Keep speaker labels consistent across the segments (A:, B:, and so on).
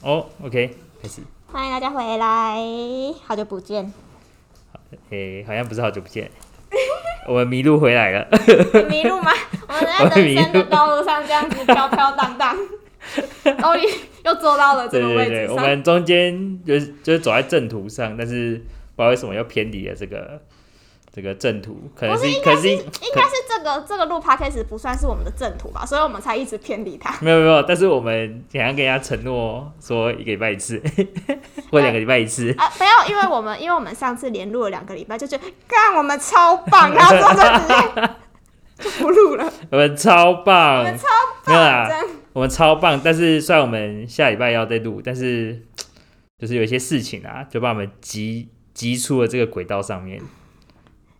A: 哦 OK，开始。
B: 欢迎大家回来，好久不见，
A: 诶、好像不是好久不见， 我们迷路回来 了。
B: 迷路 吗？我们在人生的道路上这样子飘飘荡 荡，终于又坐到了这
A: 对
B: 个
A: 对
B: 位置
A: 对，
B: 上。
A: 我们中间就是就是走在正途上，但是不知道为什么又偏离了这个这个正途，可能
B: 不是应
A: 可
B: 该
A: 能是
B: 应该是这个这个录 podcast 不算是我们的正途吧，所以我们才一直偏离它。
A: 没有没有，但是我们想要跟人家承诺说一个礼拜一 次，或两个礼拜一次。
B: 啊，没有，因为我们因为我们上次连录了两个礼拜，就觉得干我们超 棒，然后之后就直接就不录了，
A: 我们超棒，
B: 我们超
A: 嗯没有
B: 这
A: 啦，
B: 样
A: 我们超棒。但是虽然我们下礼拜要再录，但是就是有一些事情啊，就把我们急急出了这个轨道上面，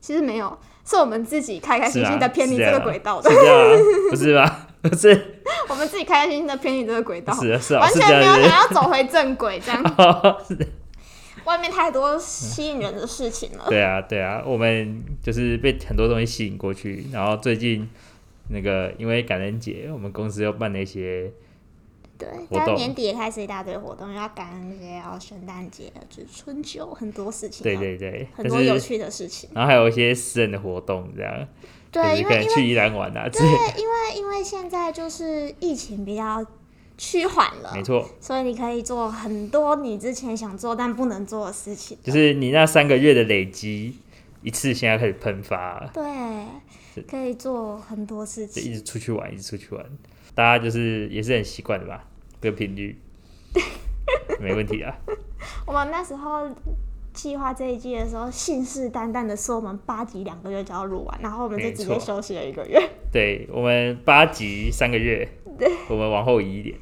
B: 其实没有，是我们自己开开
A: 是
B: 心
A: 啊，
B: 心的偏离
A: 是
B: 这个
A: 啊
B: 轨道
A: 是
B: 的，
A: 这样啊，不是吧？ 不是，
B: 我们自己开开心心的偏离这个轨道，
A: 是啊，是啊，
B: 完
A: 是
B: 全
A: 这
B: 没有
A: 样
B: 想
A: 子。
B: 要走回正轨，这 样
A: 哦是
B: 外面太多吸引人的事情了。
A: 对啊，对啊，我们就是被很多东西吸引过去，然后最近那个因为感恩节，我们公司又办了一些，
B: 对，
A: 活动
B: 但是年底也开始一大堆活动，要感恩节，然后圣诞节，就是春秋，很多事情，啊
A: 对，对对，
B: 很
A: 但
B: 多有
A: 是
B: 趣的事情。
A: 然后还有一些私人的活动，这样，就
B: 对，
A: 是
B: 因
A: 可
B: 为
A: 能
B: 因为
A: 去宜兰玩啊之类的，
B: 对，因为因为现在就是疫情比较趋缓了
A: 没，错，
B: 所以你可以做很多你之前想做但不能做的事情。
A: 就是你那三个月的累积，一次现在开始喷发了，
B: 对，可以做很多事
A: 就
B: 情
A: 一。直出去玩，一直出去玩，大家就是也是很习惯的吧，这个频 率，没问题啊。
B: 我们那时候计划这一季的时候，信誓旦旦的说我们八集两个月就要录完，然后我们就
A: 没
B: 直接
A: 错
B: 休息了一个月。
A: 对我们八集三个月，我们往后移一点。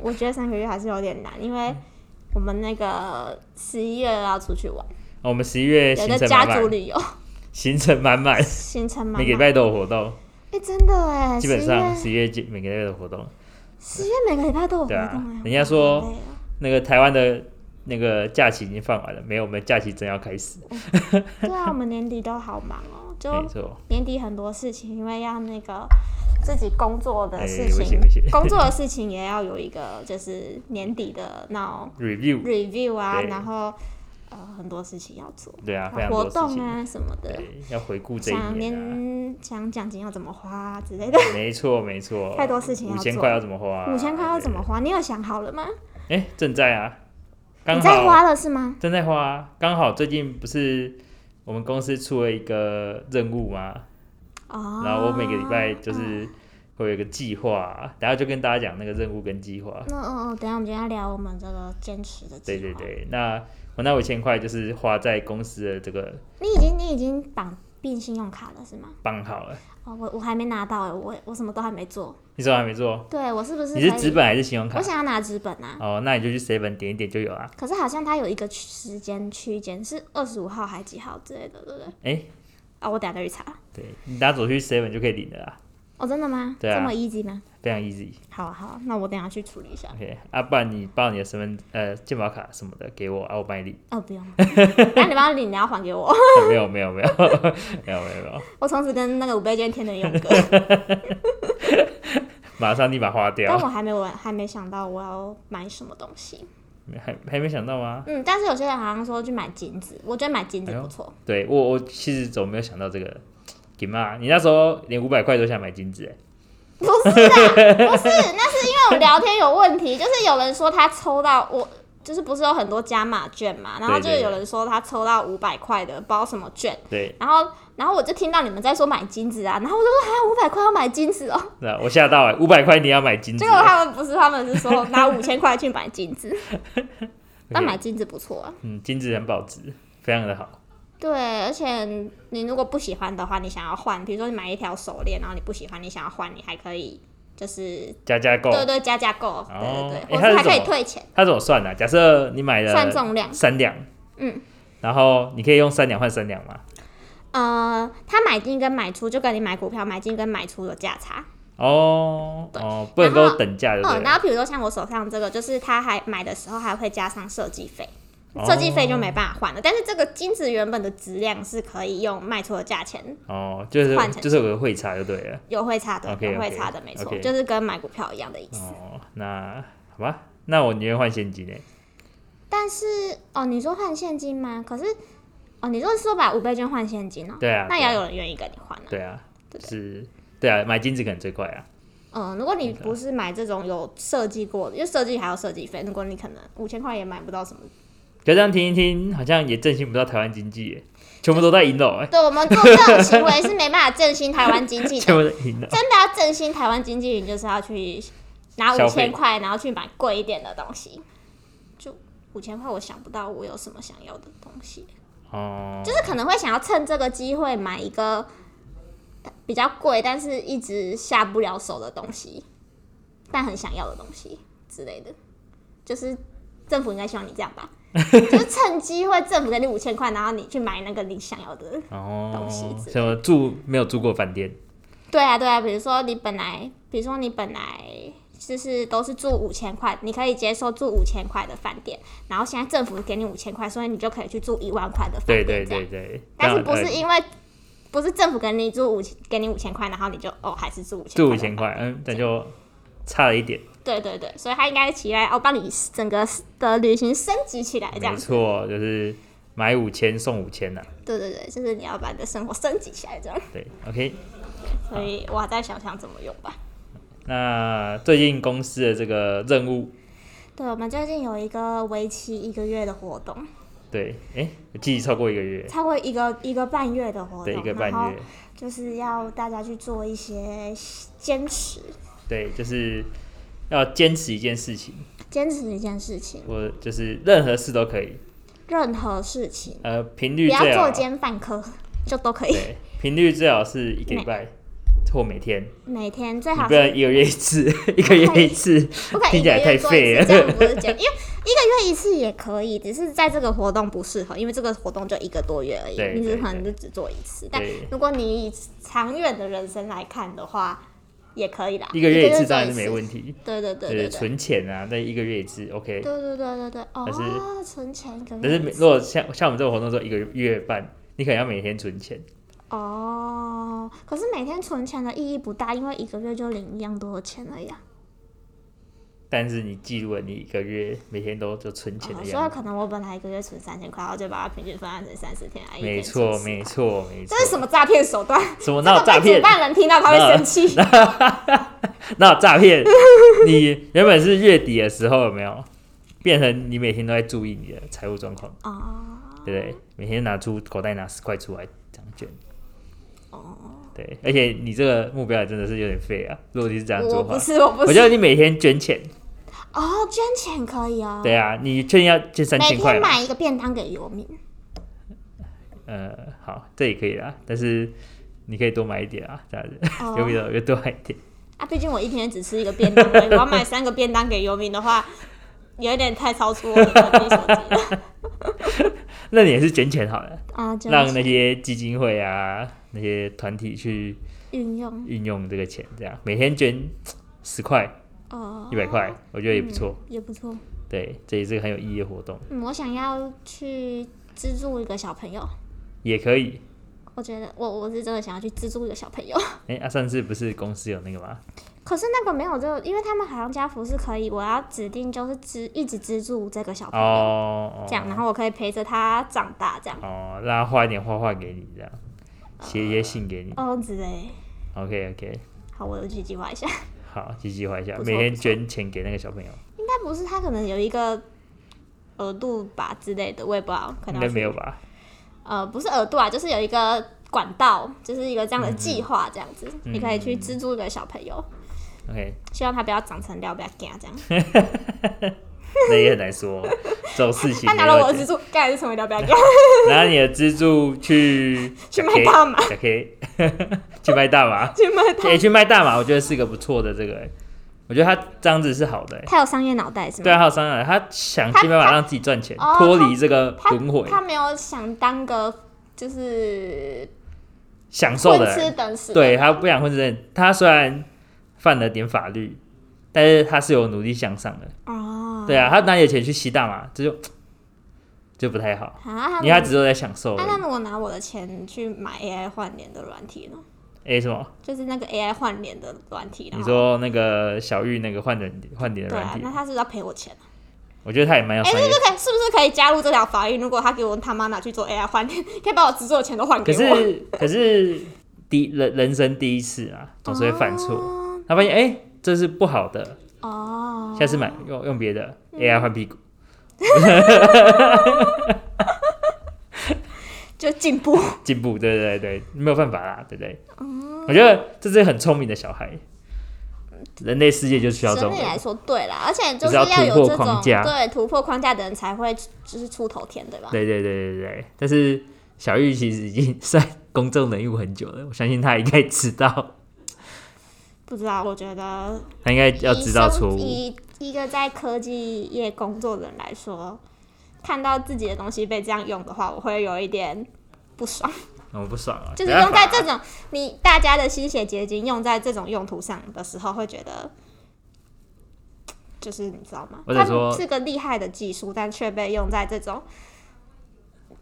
B: 我觉得三个月还是有点难，因为嗯我们那个十一月要出去玩，
A: 哦我们十一月
B: 有一
A: 行
B: 个
A: 程
B: 家
A: 满
B: 族
A: 满，
B: 旅游，
A: 行程满满，
B: 行程满
A: 每个礼
B: 满。
A: 拜都有活动，
B: 哎、真的哎，
A: 基
B: 十
A: 本
B: 一
A: 上
B: 月
A: 十一月基每个礼拜都有活动。
B: 十一月每个礼拜都有活动
A: 对
B: 哎、
A: 啊
B: 我
A: 人家说
B: 好累哦
A: 那个台湾的那个假期已经放完了，没有，我们假期真要开始。
B: 对啊，我们年底都好忙 哦，就
A: 没错，
B: 年底很多事情，因为要那个自己工作的事
A: 哎危险
B: 情
A: 危 险，
B: 工作的事情也要有一个就是年底的那种
A: review，
B: review 啊，
A: 对
B: 然后呃很多事情要做，
A: 对啊，非常
B: 活
A: 多事
B: 动
A: 情，
B: 啊什么的，
A: 对，要回顾这一
B: 想
A: 年啊。
B: 年想奖金要怎么花啊之类的，
A: 没错，没错，
B: 太多事情要
A: 五
B: 做
A: 千块要怎么花？啊
B: 五千块要怎么花？你有想好了吗？
A: 对？哎，正在啊，刚
B: 你在
A: 好
B: 花了是吗？
A: 正在花啊，刚好最近不是我们公司出了一个任务吗？
B: 哦，
A: 然后我每个礼拜就是会有一个计划，然后就跟大家讲那个任务跟计划。
B: 那嗯嗯，等一下我们就要聊我们这个坚持的计
A: 对
B: 划。
A: 对，对，那我那五千块就是花在公司的这个
B: 你已经你已经绑并信用卡了是吗？
A: 帮好了。
B: 哦，我我还没拿到哎，我我什么都还没做。
A: 你说还没做？
B: 对我是不是可
A: 你
B: 以？
A: 是纸本还是信用卡
B: 我？想要拿纸本啊，
A: 哦，那你就去 seven 点一点就有啊。
B: 可是好像它有一个区时间区间是二十五号还几号之类的，对不对？
A: 哎，
B: 啊、我等下再去查。
A: 对你拿走去 seven 就可以领了啊，
B: 哦，真的吗？
A: 对啊
B: 这么 easy 吗？
A: 非常 easy。
B: 好啊好啊，那我等一下去处理一下。
A: OK，啊，不然你报你的身份呃健保卡什么的给我啊，我帮你领。
B: 哦，不用， 那你帮我领，你要还给我。
A: 啊 没有没有没有没有没有没有，
B: 我从此跟那个五倍券天人永 隔。
A: 马上立马花
B: 但
A: 掉。
B: 我还没完，还没想到我要买什么东西。
A: 还还没想到吗？
B: 嗯，但是有些人好像说去买金子，我觉得买金子
A: 哎呦
B: 不错。
A: 对我，我其实怎么没有想到这个？给妈，你那时候连五百块都想买金子哎、
B: 不是啊，不是，那是因为我们聊天有问题，就是有人说他抽到我。就是不是有很多加码券嘛，然后
A: 对
B: 就
A: 对对
B: 有人说他抽到五百块的包什么券，
A: 对，
B: 然后然后我就听到你们在说买金子啊，然后我就说啊五百块要买金子哦，
A: 那我吓到哎、5五百块你要买金子
B: 结
A: 欸、
B: 果他们不是，他们是说拿五千块去买金 子，但
A: OK
B: 买金子不错啊。
A: 嗯，金子很保值，非常的好。
B: 对，而且你如果不喜欢的话，你想要换，比如说你买一条手链，然后你不喜欢，你想要换，你还可以就是
A: 加加购，哦
B: 对对加价购，对对
A: 诶
B: 对，或
A: 它
B: 者
A: 是什么
B: 还可以
A: 呃
B: 退钱，
A: 它怎么算啊呢、假设你买了
B: 算重量。
A: 三两，
B: 嗯，
A: 然后你可以用三两换三两嘛。
B: 呃，他买进跟买出就跟你买股票买进跟买出有价差。
A: 哦
B: 对
A: 哦，不能
B: 然
A: 够
B: 后
A: 等价对不
B: 嗯，
A: 对？
B: 然后比如说像我手上这个，就是他还买的时候还会加上设计费，
A: 哦
B: 设计费就没办法换了。但是这个金子原本的质量是可以用卖出的价钱
A: 哦，就是
B: 换成
A: 就是有个汇差就对了。
B: 优惠差的，
A: OK，OK，
B: 优惠差的没错
A: OK 哦
B: 就是跟买股票一样的意思。
A: 哦，那好吧，那我宁愿换现金欸诶、
B: 但是哦，你说换现金吗？可是哦，你说说把五倍券换现金哦，
A: 对啊，
B: 那也
A: 对啊
B: 要有人愿意跟你换啊。
A: 对啊，
B: 对
A: 就是对啊，买金子可能最快啊。
B: 嗯，如果你不是买这种有设计过的，因为设计还要设计费，如果你可能五千块也买不到什么。
A: 可这样听一听，好像也振兴不到台湾经济耶，全部都在银楼哎，
B: 对我们做这种行为是没办法振兴台湾经 济
A: 全
B: 的，
A: 部都在银楼。
B: 真的要振兴台湾经济，你就是要去拿
A: 消
B: 五
A: 费
B: 千块，然后去买贵一点的东西。就五千块，我想不到我有什么想要的东西。
A: 哦，
B: 就是可能会想要趁这个机会买一个呃比较贵，但是一直下不了手的东西，但很想要的东西之类的。就是政府应该希望你这样 吧，就是趁机会政府给你五千块，然后你去买那个你想要的。
A: 哦
B: 东西之类，的
A: 什么住没有住过饭店，
B: 对啊，对啊，比如说你本来，比如说你本来就是都是住五千块，你可以接受住五千块的饭店，然后现在政府给你五千块，所以你就可以去住一万块的饭
A: 对
B: 店。
A: 对
B: 这样
A: 对对，
B: 但是
A: 当
B: 不
A: 然呃
B: 是因为不是政府给你住五千，给你五千块，然后你就哦还是住五千，
A: 住五千。块，嗯，那就差了一点，
B: 对对对，所以他应该期待哦，帮你整个的旅行升级起哎来这
A: 没
B: 样子。
A: 错，就是买五千送五千呐，啊
B: 对对对，就是你要把你的生活升级起来这样。
A: 对，OK。
B: 所以我再想想怎么用吧。
A: 那最近公司的这个任务，
B: 对，我们最近有一个为期一个月的活动，
A: 对，哎、我记忆超过一个月，
B: 超过一个一个半月的活动，
A: 对，一个半
B: 然后
A: 月，
B: 就是要大家去做一些坚持，
A: 对，就是要坚持一件事情，
B: 坚持一件事情，
A: 我就是任何事都可以，
B: 任何事情，
A: 呃，频
B: 不
A: 率
B: 要
A: 最
B: 作
A: 好，
B: 奸犯科，就都可以。
A: 对，频率最好是一个礼
B: 每
A: 拜或每天，
B: 每天最
A: 你
B: 好
A: 不要
B: 是
A: 一个月一次， 一个月一次，
B: 不可
A: 听
B: 以一
A: 起
B: 个
A: 来太
B: 月做
A: 废
B: 一次，
A: 了
B: 这样不是简，因为一个月一次也可以，只是在这个活动不适合，因为这个活动就一个多月而已
A: 对，
B: 你只
A: 对
B: 可能就只做一次。但
A: 对
B: 如果你以长远的人生来看的话，也可以啦，
A: 一个月一次
B: 做
A: 当然是没问题，
B: 对对对
A: 对，
B: 对对。
A: 存钱啊，那一个月一次，OK。
B: 对对对对对，
A: 但是
B: 哦，存钱一个
A: 但是
B: 月
A: 每
B: 一
A: 如
B: 次，
A: 果像像我们这种活动做一个月半，你可能要每天存钱，
B: 哦，可是每天存钱的意义不大，因为一个月就领一样多的钱而已啊。
A: 但是你记录了你一个月每天都就存钱
B: 哦
A: 的
B: 所以
A: 样子。
B: 可能我本来一个月存三千块，然后就把它平均分散成三十天，啊一
A: 没
B: 天
A: 错，
B: 存10
A: 没
B: 块
A: 错，没错。
B: 这是什么诈骗 手段？
A: 什么
B: 这
A: 那
B: 个
A: 有诈
B: 被
A: 骗呃
B: 主？办人听到他会生气。
A: 那有诈骗？你原本是月底的时候有没有变成你每天都在注意你的财务状况，
B: 哦
A: 对不对？每天拿出口袋拿十块出来这样卷，
B: 哦，
A: 对。而且你这个目标也真的是有点废啊！如果你是这样做
B: 我
A: 的话
B: 哦不，是，我不
A: 我
B: 是。
A: 叫你每天捐钱，
B: 哦，捐钱可以哦。
A: 对啊，你确定要捐三
B: 每
A: 千块
B: 天
A: 吗？
B: 买一个便当给游民。
A: 呃，好，这也可以啦，但是你可以多买一点啊，这样子，
B: 哦
A: 有没有？有多买一点。
B: 啊，毕竟我一天只吃一个便当而已，我要买三个便当给游民的话，有点太超出我的能力所 及了。
A: 那你也是捐钱好了，
B: 啊，捐
A: 让那
B: 钱
A: 些基金会啊、那些团体去
B: 运用
A: 运用这个钱，这样每天捐十块、
B: 哦，嗯
A: 一百块，我觉得也不错。
B: 也不错。
A: 对，这也是个很有意义的活动，
B: 嗯，我想要去资助一个小朋友，
A: 也可以。
B: 我觉得我我是真的想要去资助一个小朋友。
A: 哎、啊，上次不是公司有那个吗？
B: 可是那个没有这个，因为他们好像家服是可以，我要指定就是资一直资助这个小朋友，
A: 哦，
B: 这样，然后我可以陪着他长大，这样，
A: 哦，让他画一点画画给你，这样写一些信给你。
B: 哦之类。
A: OK OK，
B: 好，我有去计划一下。
A: 好，积极画一下，
B: 不错
A: 每天
B: 不错
A: 捐钱给那个小朋友，
B: 应该不是他，可能有一个额度吧之类的，我也不知道，可
A: 应
B: 能
A: 该
B: 要去
A: 没有。吧？
B: 呃，不是额度啊，就是有一个管道，就是一个这样
A: 嗯
B: 的计划，这样子，你可以去资助一个小朋友，
A: OK，
B: 希望他不要长成料不要干这 样。
A: 那也很难说，这种事情
B: 他
A: 没
B: 拿了
A: 有
B: 我的
A: 解。
B: 资助，干还是成为料不要干。
A: 拿你的资助去
B: 去卖大麻
A: 小 K，去卖大麻，
B: 去卖
A: 也、去卖大麻，我觉得是一个不错的这个、欸，我觉得他这样子是好的、欸。
B: 他有商业脑袋是吗？
A: 对啊，还有商人，他想尽办法让自己赚钱，
B: 他哦
A: 脱离这个
B: 他
A: 轮回，
B: 他没有想当个就是
A: 享受
B: 混
A: 的
B: 吃
A: 人。
B: 等死的，
A: 对他不想混吃等死，他虽然犯了点法律，但是他是有努力向上的。
B: 哦，
A: 对啊，他拿你的钱去吸大麻，这就就不太好，
B: 啊，
A: 因为他
B: 那
A: 只有在享受而
B: 那
A: 已。
B: 那我拿我的钱去买 AI 换脸的软体呢？
A: 哎、诶，什么？
B: 就是那个 AI 换脸的软体。然
A: 你
B: 后
A: 说那个小玉那个换人换脸的
B: 对
A: 软
B: 啊，
A: 体
B: 那，他是不是要赔我钱啊？
A: 我觉得他也蛮有
B: 哎、
A: 商
B: 这
A: 业
B: 个可以是不是可以加入这条法律？如果他给我他妈拿去做 AI 换脸， 可以把我制作的钱都还给
A: 可
B: 我。
A: 是可是第人人生第一次啊，总是会犯错。他发现哎、诶这是不好的，
B: 哦，
A: 下次买用用别的
B: 嗯
A: AI 换屁股。
B: 就进步。
A: 进步，对对对，没有办法啦，对不对？
B: 哦
A: 我觉得这是很聪明的小孩，人类世界就需要这
B: 整
A: 种
B: 体
A: 人
B: 来，说，对啦，而且就是
A: 是要突
B: 有
A: 破
B: 这种
A: 框架
B: 对突破框架的人才会就是出头天，对吧？
A: 对对对对对。但是小玉其实已经算公众人物很久了，我相信他应该知道，
B: 不知道，我觉得
A: 他应该 要知道
B: 以生
A: 错误。
B: 以一个在科技业工作的人来说，看到自己的东西被这样用的话，我会有一点不爽。
A: 我不爽啊，
B: 就是
A: 没办
B: 用在
A: 法
B: 这种你大家的心血结晶用在这种用途上的时候，会觉得。就是你知道吗？
A: 或者
B: 它
A: 说
B: 是个厉害的技术，但却被用在这种，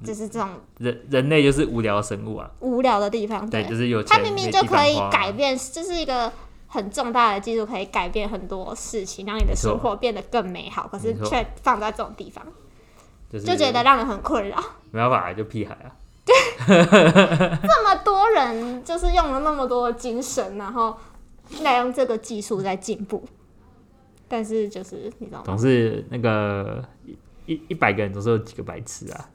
B: 就是这种
A: 人人类就是无聊生物啊，
B: 无聊的地方。
A: 对，就是有钱
B: 它明明
A: 没
B: 就
A: 地方
B: 可以
A: 花啊
B: 改变，这是一个很重大的技术，可以改变很多事情，让你的
A: 没错
B: 生活变得更美好。可是
A: 没错
B: 却放在这种地方，
A: 就是
B: 就觉得让人很困扰。
A: 没办法，就屁孩啊，
B: 那么多人就是用了那么多的精神，然后来用这个技术在进步，但是就是你知道吗？
A: 总是那个一一一百个人总是有几个白痴啊，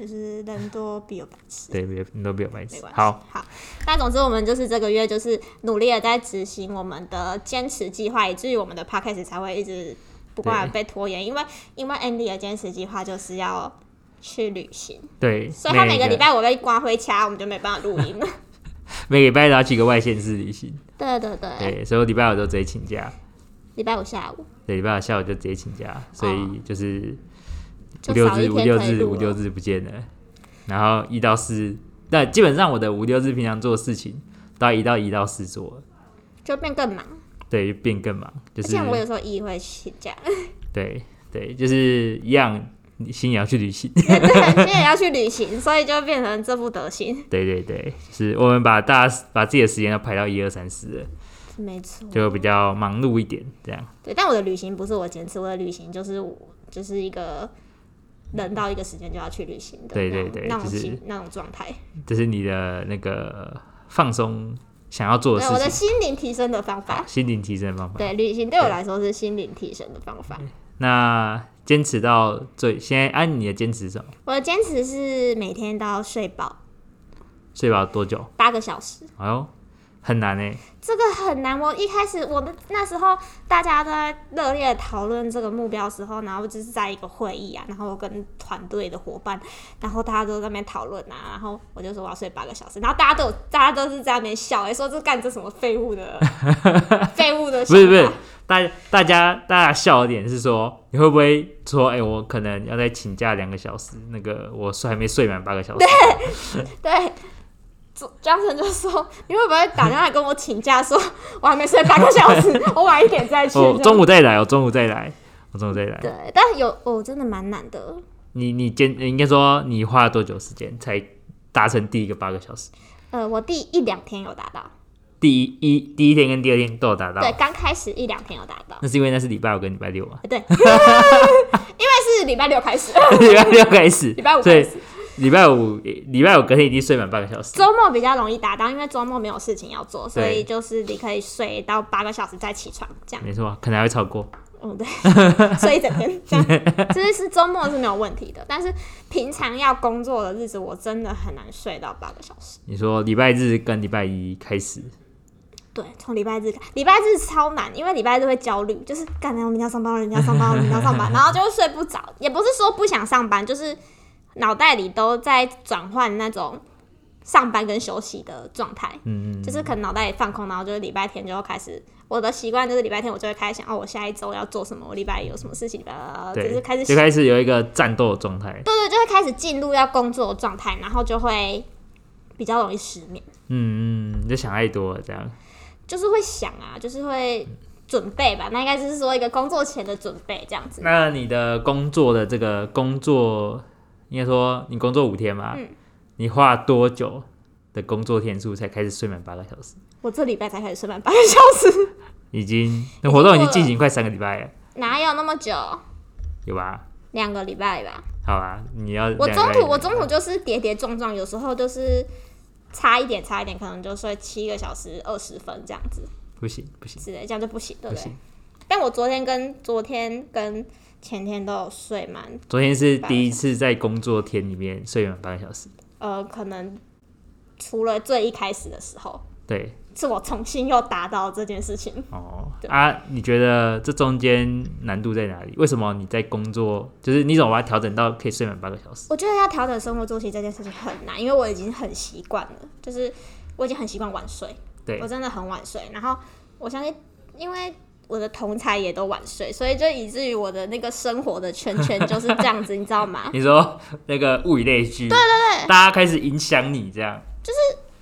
B: 就是人多必有白痴。
A: 对，别你都没有白
B: 没
A: 痴
B: 关。系，
A: 好，
B: 好，那总之我们就是这个月就是努力的在执行我们的坚持计划，以至于我们的 podcast 才会一直不断地被拖延，因为因为 Andy 的坚持计划就是要去旅行，
A: 对，
B: 所以他
A: 每
B: 每个礼拜我被刮灰掐，我们就没办法录音了。
A: 每个礼拜都要去一个外县市旅行，
B: 对对对，
A: 对，所以我礼拜五都直接请假，
B: 礼拜五下午
A: 对，礼拜五下午就直接请假，所以就是五
B: 哦就
A: 六
B: 少一
A: 日五
B: 天
A: 六
B: 可以
A: 日
B: 录
A: 五六
B: 了。
A: 日不见了，然后一到四，那基本上我的五六日平常做的事情，到一到一到四做了，
B: 就变更忙，
A: 对，变更忙，就
B: 而
A: 是
B: 且我有时候一会请 假，
A: 对对，就是一样，你心也要去旅行，
B: 对，所以也要去旅行，所以就变成这副德行，
A: 对对对，就是我们把大家把自己的时间都排到一二三四了，
B: 没错。
A: 就比较忙碌一点这样。
B: 对，但我的旅行不是我坚持，我的旅行就是我就是一个人到一个时间就要去旅行的那
A: 对
B: 种，
A: 对对
B: 那种
A: 就是
B: 心、那种状态。
A: 这是你的那个放松想要做的
B: 对，我的
A: 事情，
B: 心灵提升的方法，
A: 心灵提升的方法。
B: 对旅行对我来说是心灵提升的方法。
A: 嗯那坚持到最，现在啊按、你的坚持是什么？
B: 我的坚持是每天都要睡饱
A: 睡饱多久？
B: 八个小时，
A: 哎呦，很难欸呢。
B: 这个很难。我一开始我的那时候大家都在热烈地讨论这个目标的时候，然后就是在一个会议啊，然后我跟团队的伙伴，然后大家都在那边讨论啊，然后我就说我要睡八个小时，然后大家都有大家都是在那边笑、欸，说这干这什么废 物的废物的
A: 不
B: 想
A: 是
B: 法，
A: 不 是，大大家大家笑的点是说，你会不会说，哎、我可能要再请假两个小时，那个我睡还没睡满八个小时。
B: 对。主江晨就说：“你会不会打电话跟我请假说我还没睡八个小时， 我晚一点再去？”
A: 哦，
B: 这样
A: 中午再来，我中午再来，我中午再来。
B: 对，但有哦，真的蛮难的。
A: 你你坚，应该说你花了多久时间才达成第一个八个小时？
B: 呃，我第一两天有达到，
A: 第一一第一天跟第二天都有达到嗯
B: 对，，刚开始一两天有达到，
A: 那是因为那是礼拜五跟礼拜六啊嘛，
B: 对，因为是礼拜六开始，
A: 礼拜六开始，
B: 哦礼拜五
A: 所
B: 开
A: 以
B: 始，
A: 礼拜五礼拜五隔天已经睡满半个小时，
B: 周末比较容易达到，因为周末没有事情要做，所
A: 对
B: 以就是你可以睡到八个小时再起床，这样，
A: 没错，可能还会超过。
B: 嗯，对， 睡一整天，这 样，其实是周末是没有问题的，但是平常要工作的日子，我真的很难睡到八个小时。
A: 你说礼拜日跟礼拜一开始，
B: 对，从礼拜日开，礼拜日超难，因为礼拜日会焦虑，就是干，我明天要上班了，明天要上班了，明天要上班，然后就会睡不着。也不是说不想上班，就是脑袋里都在转换那种上班跟休息的状态，
A: 嗯，
B: 就是可能脑袋里放空，然后就是礼拜天就会开始。我的习惯就是礼拜天我就会开始想，哦，我下一周要做什么，我礼拜一有什么事情，呃，就
A: 对
B: 是开始，
A: 就
B: 对
A: 开始有一个战斗的状态，
B: 对，就会开始进入要工作的状态，然后就会比较容易失眠。
A: 嗯嗯，你就想太多了这样，
B: 就是会想啊，就是会准备吧。那应该就是说一个工作前的准备这样子。
A: 那你的工作的这
B: 嗯
A: 个工作，应该说你工作五天嘛，你花多久的工作天数才开始睡满八个小时，
B: 我这礼拜才开始睡满八个小 时，
A: 已经那活动已经
B: 过了
A: 进行快三个礼拜了，
B: 哪有那么久？
A: 有吧？
B: 两个礼拜吧。
A: 好啊，你要
B: 我
A: 两
B: 中
A: 个礼
B: 途
A: 拜
B: 我中途就是跌跌撞撞，有时候就是差一点差一点，可能就睡七个小时二十分这样子
A: 不行不行
B: 之类，这样就不行，对
A: 不
B: 不对
A: 行？，
B: 但我昨天跟昨天跟前天都有睡满，
A: 昨天是第一次在工作天里面睡满八个小时，
B: 呃，可能除了最一开始的时候，
A: 对
B: 是我重新又达到这件事情。
A: 哦
B: 对
A: 啊，你觉得这中间难度在哪里？为什么你在工作就是你怎么把它调整到可以睡满八个小时？
B: 我觉得要调整生活作息这件事情很难，因为我已经很习惯了，就是我已经很习惯晚睡，
A: 对
B: 我真的很晚睡。然后我相信，因为我的同才也都晚睡，所以就以至于我的那个生活的圈圈就是这样子，你知 道吗？
A: 你说那个物以类聚，对对对，大家开始影响你这样，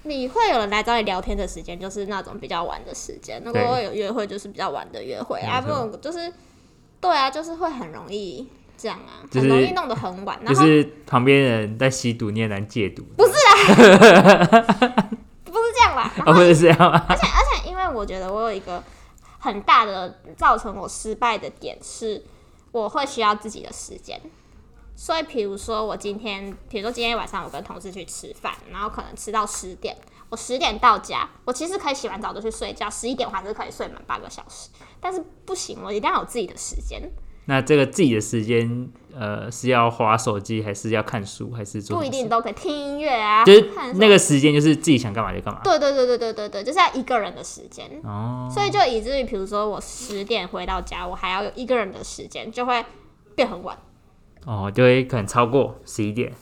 B: 你会有人来找你聊天的时间，就是那种比较晚的时间；如果有约会，就是比较晚的约会啊。
A: 没
B: 不
A: 错
B: 然就是对啊，就是会很容易这样啊，
A: 就是
B: 很容易弄得很晚。然
A: 就
B: 后
A: 是旁边人在吸毒，你也难戒毒
B: 不是这样啦，
A: 啊，或者是这样吗？
B: 而且因为我觉得我有一个很大的造成我失败的点是，我会需要自己的时间。所以，比如说我今天，比如说今天晚上我跟同事去吃饭，然后可能吃到十点，我十点到家，我其实可以洗完澡就去睡觉，十一点我还是可以睡满八个小时，但是不行，我一定要有自己的时间，
A: 那这个自己的时间，呃，是要划手机，还是要看书，还是做？
B: 不一定，都可以听音乐啊，
A: 就是
B: 看
A: 那个时间，就是自己想干嘛就干嘛。
B: 对对对对对对对，就是要一个人的时间。
A: 哦，
B: 所以就以至于，比如说我十点回到家，我还要有一个人的时间，就会变很晚，
A: 哦，就会可能超过十一点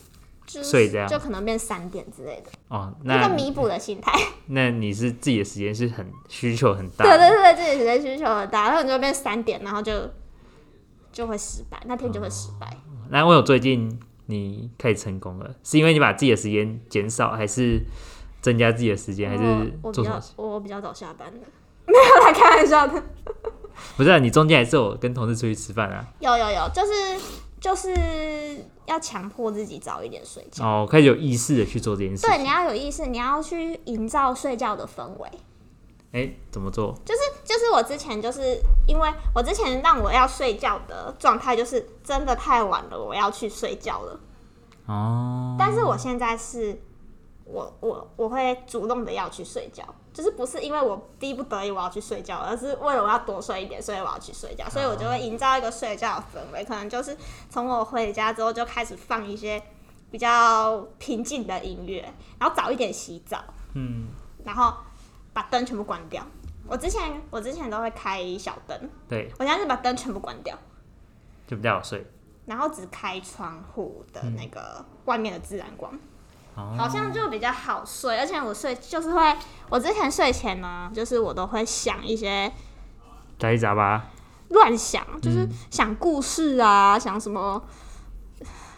B: 就是
A: 睡这样
B: 就可能变三点之类的，
A: 哦。
B: 一
A: 那
B: 个弥补的心态。
A: 那你是自己的时间是很需求很大
B: 对
A: 的，
B: 对对，自己时间需求很大，然后你就变三点，然后就就会失败，那天就会失败。
A: 哦那为什么最近你可以成功了？是因为你把自己的时间减少，还是增加自己的时间，还
B: 我
A: 是
B: 我比
A: 做什
B: 较
A: 么事？
B: 我比较早下班的， 没有啦，开玩笑的。
A: 不是、啊，你中间还是有跟同事出去吃饭啊？
B: 有有有，就是就是要强迫自己早一点睡觉。
A: 哦，开始有意识的去做这件事。
B: 对，你要有意识，你要去营造睡觉的氛围。
A: 哎、怎么做？
B: 就是就是我之前就是因为我之前让我要睡觉的状态就是真的太晚了，我要去睡觉了。
A: 哦，
B: 但是我现在是，我我我会主动的要去睡觉，就是不是因为我逼不得已我要去睡觉，而是为了我要多睡一点，所以我要去睡觉，所以我就会营造一个睡觉的氛围，可能就是从我回家之后就开始放一些比较平静的音乐，然后早一点洗澡，
A: 嗯，
B: 然后把灯全部关掉。我之前我之前都会开小灯，
A: 对，
B: 我现在是把灯全部关掉，
A: 就比较好睡。
B: 然后只开窗户的那个外面的自然光，
A: 哦
B: 好像就比较好睡。而且我睡就是会，我之前睡前呢，就是我都会想一些
A: 杂七杂八，
B: 乱想，就是想故事啊，
A: 嗯
B: 想什么。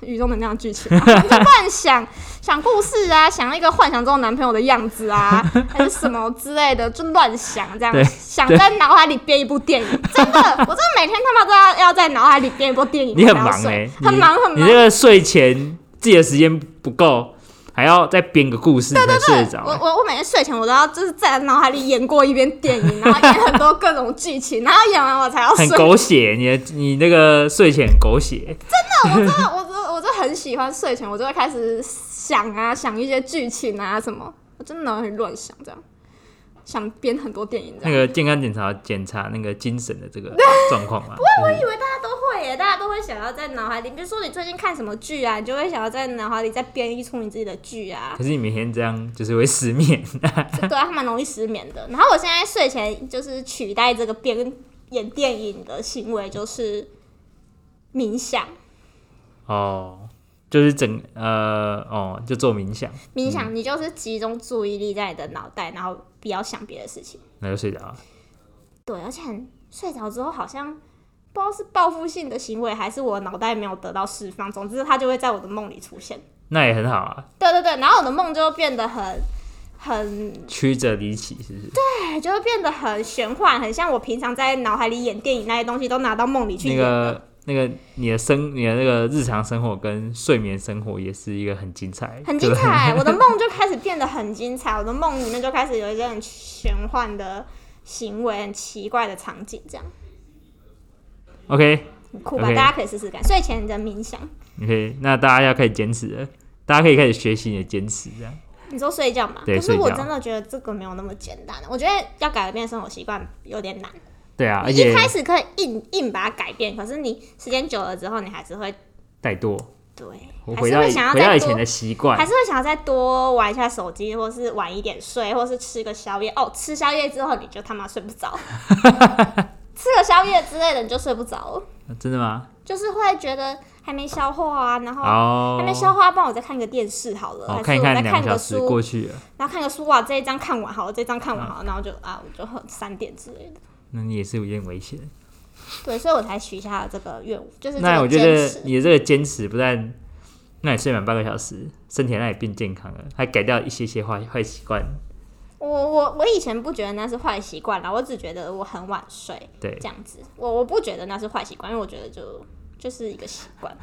B: 宇宙能量剧情、啊， 就乱想想故事啊，想一个幻想中的男朋友的样 子啊，还是什么之类的，就乱想这
A: 对
B: 样，想在脑海里编一部电影。真的，我真的每天他妈都要要在脑海里编一部电影。
A: 你很
B: 我才要
A: 忙哎、
B: 睡很忙很
A: 你
B: 忙
A: 这。个睡前自己的时间不够，还要再编个故事才睡得着、
B: 我
A: 欸。
B: 我我每天睡前我都要就是在脑海里演过一遍电影，然后演很多各种剧情，然后演完我才要睡
A: 很。狗血，你的你那个睡前很狗血，
B: 我真的我我我就很喜欢睡前，我就会开始想啊想一些剧情啊什么，我真的脑海里乱想这样，想编很多电影这
A: 那
B: 样。
A: 个健康检查检查那个精神的这个状况嘛，就是
B: 我以为大家都会耶，大家都会想要在脑海里，比如说你最近看什么剧啊，你就会想要在脑海里再编一出你自己的剧啊。
A: 可是你每天这样就是会失眠，
B: 对啊，他蛮容易失眠的。然后我现在睡前就是取代这个边演电影的行为，就是冥想。
A: 哦，就是整呃哦就做冥想，
B: 冥想，你就是集中注意力在你的脑袋，然后不要想别的事情。
A: 那就睡着了。
B: 对，而且睡着之后好像不知道是报复性的行为，还是我脑袋没有得到释放。总之，它就会在我的梦里出现。
A: 那也很好啊，
B: 对对对，然后我的梦就变得很很
A: 曲折离奇是不是？
B: 哎，就会变得很玄幻，很像我平常在脑海里演电影那些东西都拿到梦里去
A: 那
B: 演了。
A: 个那个你的生你的那个日常生活跟睡眠生活也是一个很精彩，
B: 很
A: 对
B: 精
A: 不对
B: 彩。我的梦就开始变得很精彩，我的梦里面就开始有一些很玄幻的行为，很奇怪的场景，这样
A: OK，
B: 很酷吧
A: OK
B: 大家可以试试看，睡前的冥想。
A: 你可以，那大家要开始坚持了，大家可以开始学习你的坚持，这样
B: 你说睡觉嘛？
A: 对
B: 可是我
A: 睡觉
B: 真的觉得这个没有那么简单，我觉得要改变生活习惯有点难。
A: 对啊，而
B: 你一
A: 且
B: 开始可以硬硬把它改变，可是你时间久了之后，你还是会
A: 怠惰，
B: 对，
A: 我
B: 还
A: 回
B: 是
A: 到
B: 会
A: 以
B: 想要
A: 回到
B: 再
A: 以前
B: 多
A: 的，习惯
B: 还，是会想要再多玩一下手机，或是晚一点睡，或是吃个宵夜。哦，吃宵夜之后你就他妈睡不 着，吃个宵夜之类的你就睡不着了，
A: 真的吗？
B: 就是会觉得还没消化啊，然后。
A: 哦
B: 还，没消化，不然我再看个电视好了，
A: 哦，
B: 还
A: 看一
B: 是我再
A: 看两
B: 看
A: 个小
B: 个
A: 时
B: 书，
A: 过去了，
B: 然后看个书啊，这一章看完好了，这一章看完
A: 嗯
B: 好了，然后就啊，我就三点之类的。
A: 那你也是有点危险。
B: 对，所以我才许下了这个 愿望，就是这
A: 那
B: 个
A: 我觉
B: 坚
A: 得
B: 持
A: 你的这个坚持不但让你睡满半个小时，身体让你变健康了，还改掉一些些坏坏习惯，
B: 我我我以前不觉得那是坏习惯啦，我只觉得我很晚睡
A: 对
B: 这，样子，我我不觉得那是坏习惯，因为我觉得就就是一个习 惯，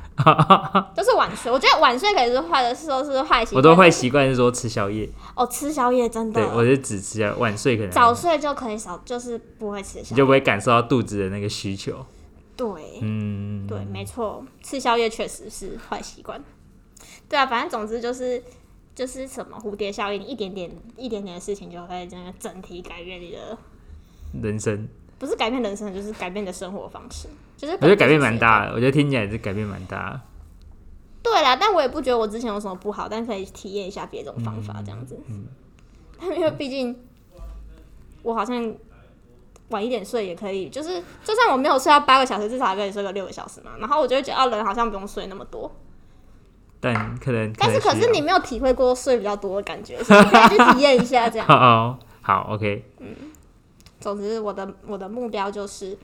B: 就是晚睡。我觉得晚睡可以是坏的，是说是坏习惯。
A: 我都坏习惯是说吃宵夜，
B: 哦，吃宵夜真
A: 对我
B: 的，
A: 是只吃宵夜晚睡可能
B: 嗯早睡就可以少，就是不会吃宵
A: 你就
B: 夜。
A: 不会感受到肚子的那个需求。
B: 对、
A: 嗯，
B: 对，没错，吃宵夜确实是坏习惯。对啊，反正总之就是就是什么蝴蝶效应，一点点一点点的事情就会真的整体改变你的
A: 人生
B: 不是改变人生，就是改变你的生活方式，就是
A: 我觉得改变蛮大
B: 的。
A: 的，我觉得听起来是改变蛮大的。
B: 对啦，但我也不觉得我之前有什么不好，但可以体验一下别种方法
A: 嗯
B: 这样子。但因为毕竟我好像晚一点睡也可以，就是就算我没有睡到八个小时，至少还可以睡个六个小时嘛。然后我就会觉得，啊，人好像不用睡那么多。
A: 但可能，
B: 但是可
A: 能需
B: 是
A: 要
B: 你没有体会过睡比较多的感觉，所以你可以去体验一下 这样。
A: 哦哦，好，OK，
B: 总之，我的我的目标就是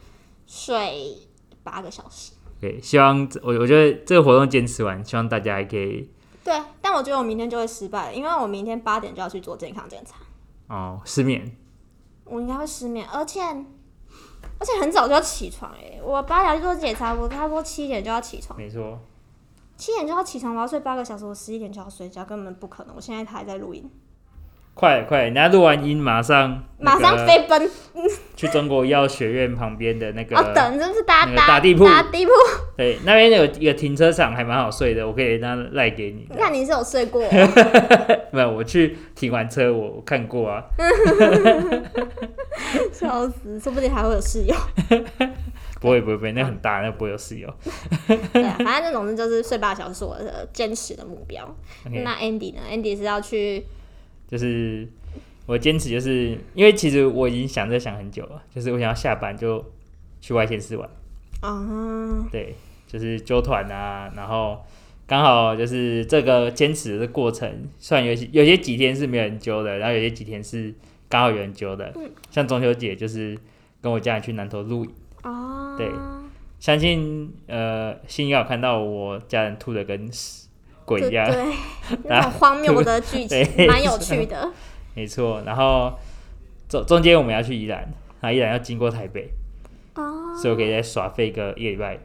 B: 睡八个小时。
A: 对，希望我我觉得这个活动坚持完，希望大家也可以
B: 对，但我觉得我明天就会失败了，因为我明天八点就要去做健康检查，
A: 哦失眠，
B: 我应该会失眠，而且而且很早就要起床哎、我八点要去做检查，我差不多七点就要起床，
A: 没错，
B: 七点就要起床，我要睡八个小时，我十一点就要睡觉，根本不可能。我现在还在录音，
A: 快快，人家录完音马上那
B: 马
A: 个
B: 上飞奔，
A: 去中国医药学院旁边的那个，
B: 要、哦等，真是搭
A: 那个
B: 搭
A: 大地铺
B: 搭地 铺。
A: 对，那边有一个停车场，还蛮好睡的，我可以那赖给你。
B: 那你是有睡过哦？
A: 没有，我去停完车，我我看过啊，
B: 笑死，说不定还会有室友。
A: 不会不会不会，那很大，那不会有室友。
B: 对啊，反正总之就是睡八个小时是我的坚持的目标。
A: OK，
B: 那 Andy 呢？Andy 是要去
A: 就是我坚持，就是因为其实我已经想这想很久了，就是我想要下班就去外县市玩，
B: 啊。
A: 对，就是揪团啊，然后刚好就是这个坚持的过程，虽然有些有些几天是没有人揪的，然后有些几天是刚好有人揪的，
B: 嗯
A: 像中秋节就是跟我家人去南投露营，
B: 哦，
A: 对相信呃新瑶看到我家人吐的跟屎鬼
B: 对
A: 一样，
B: 对， 那种荒谬的剧情，
A: 对
B: 蛮有趣 的。
A: 没错，然后中中间我们要去宜兰，然后宜兰要经过台北，
B: 哦，
A: 所以我可以再耍废个一个礼拜。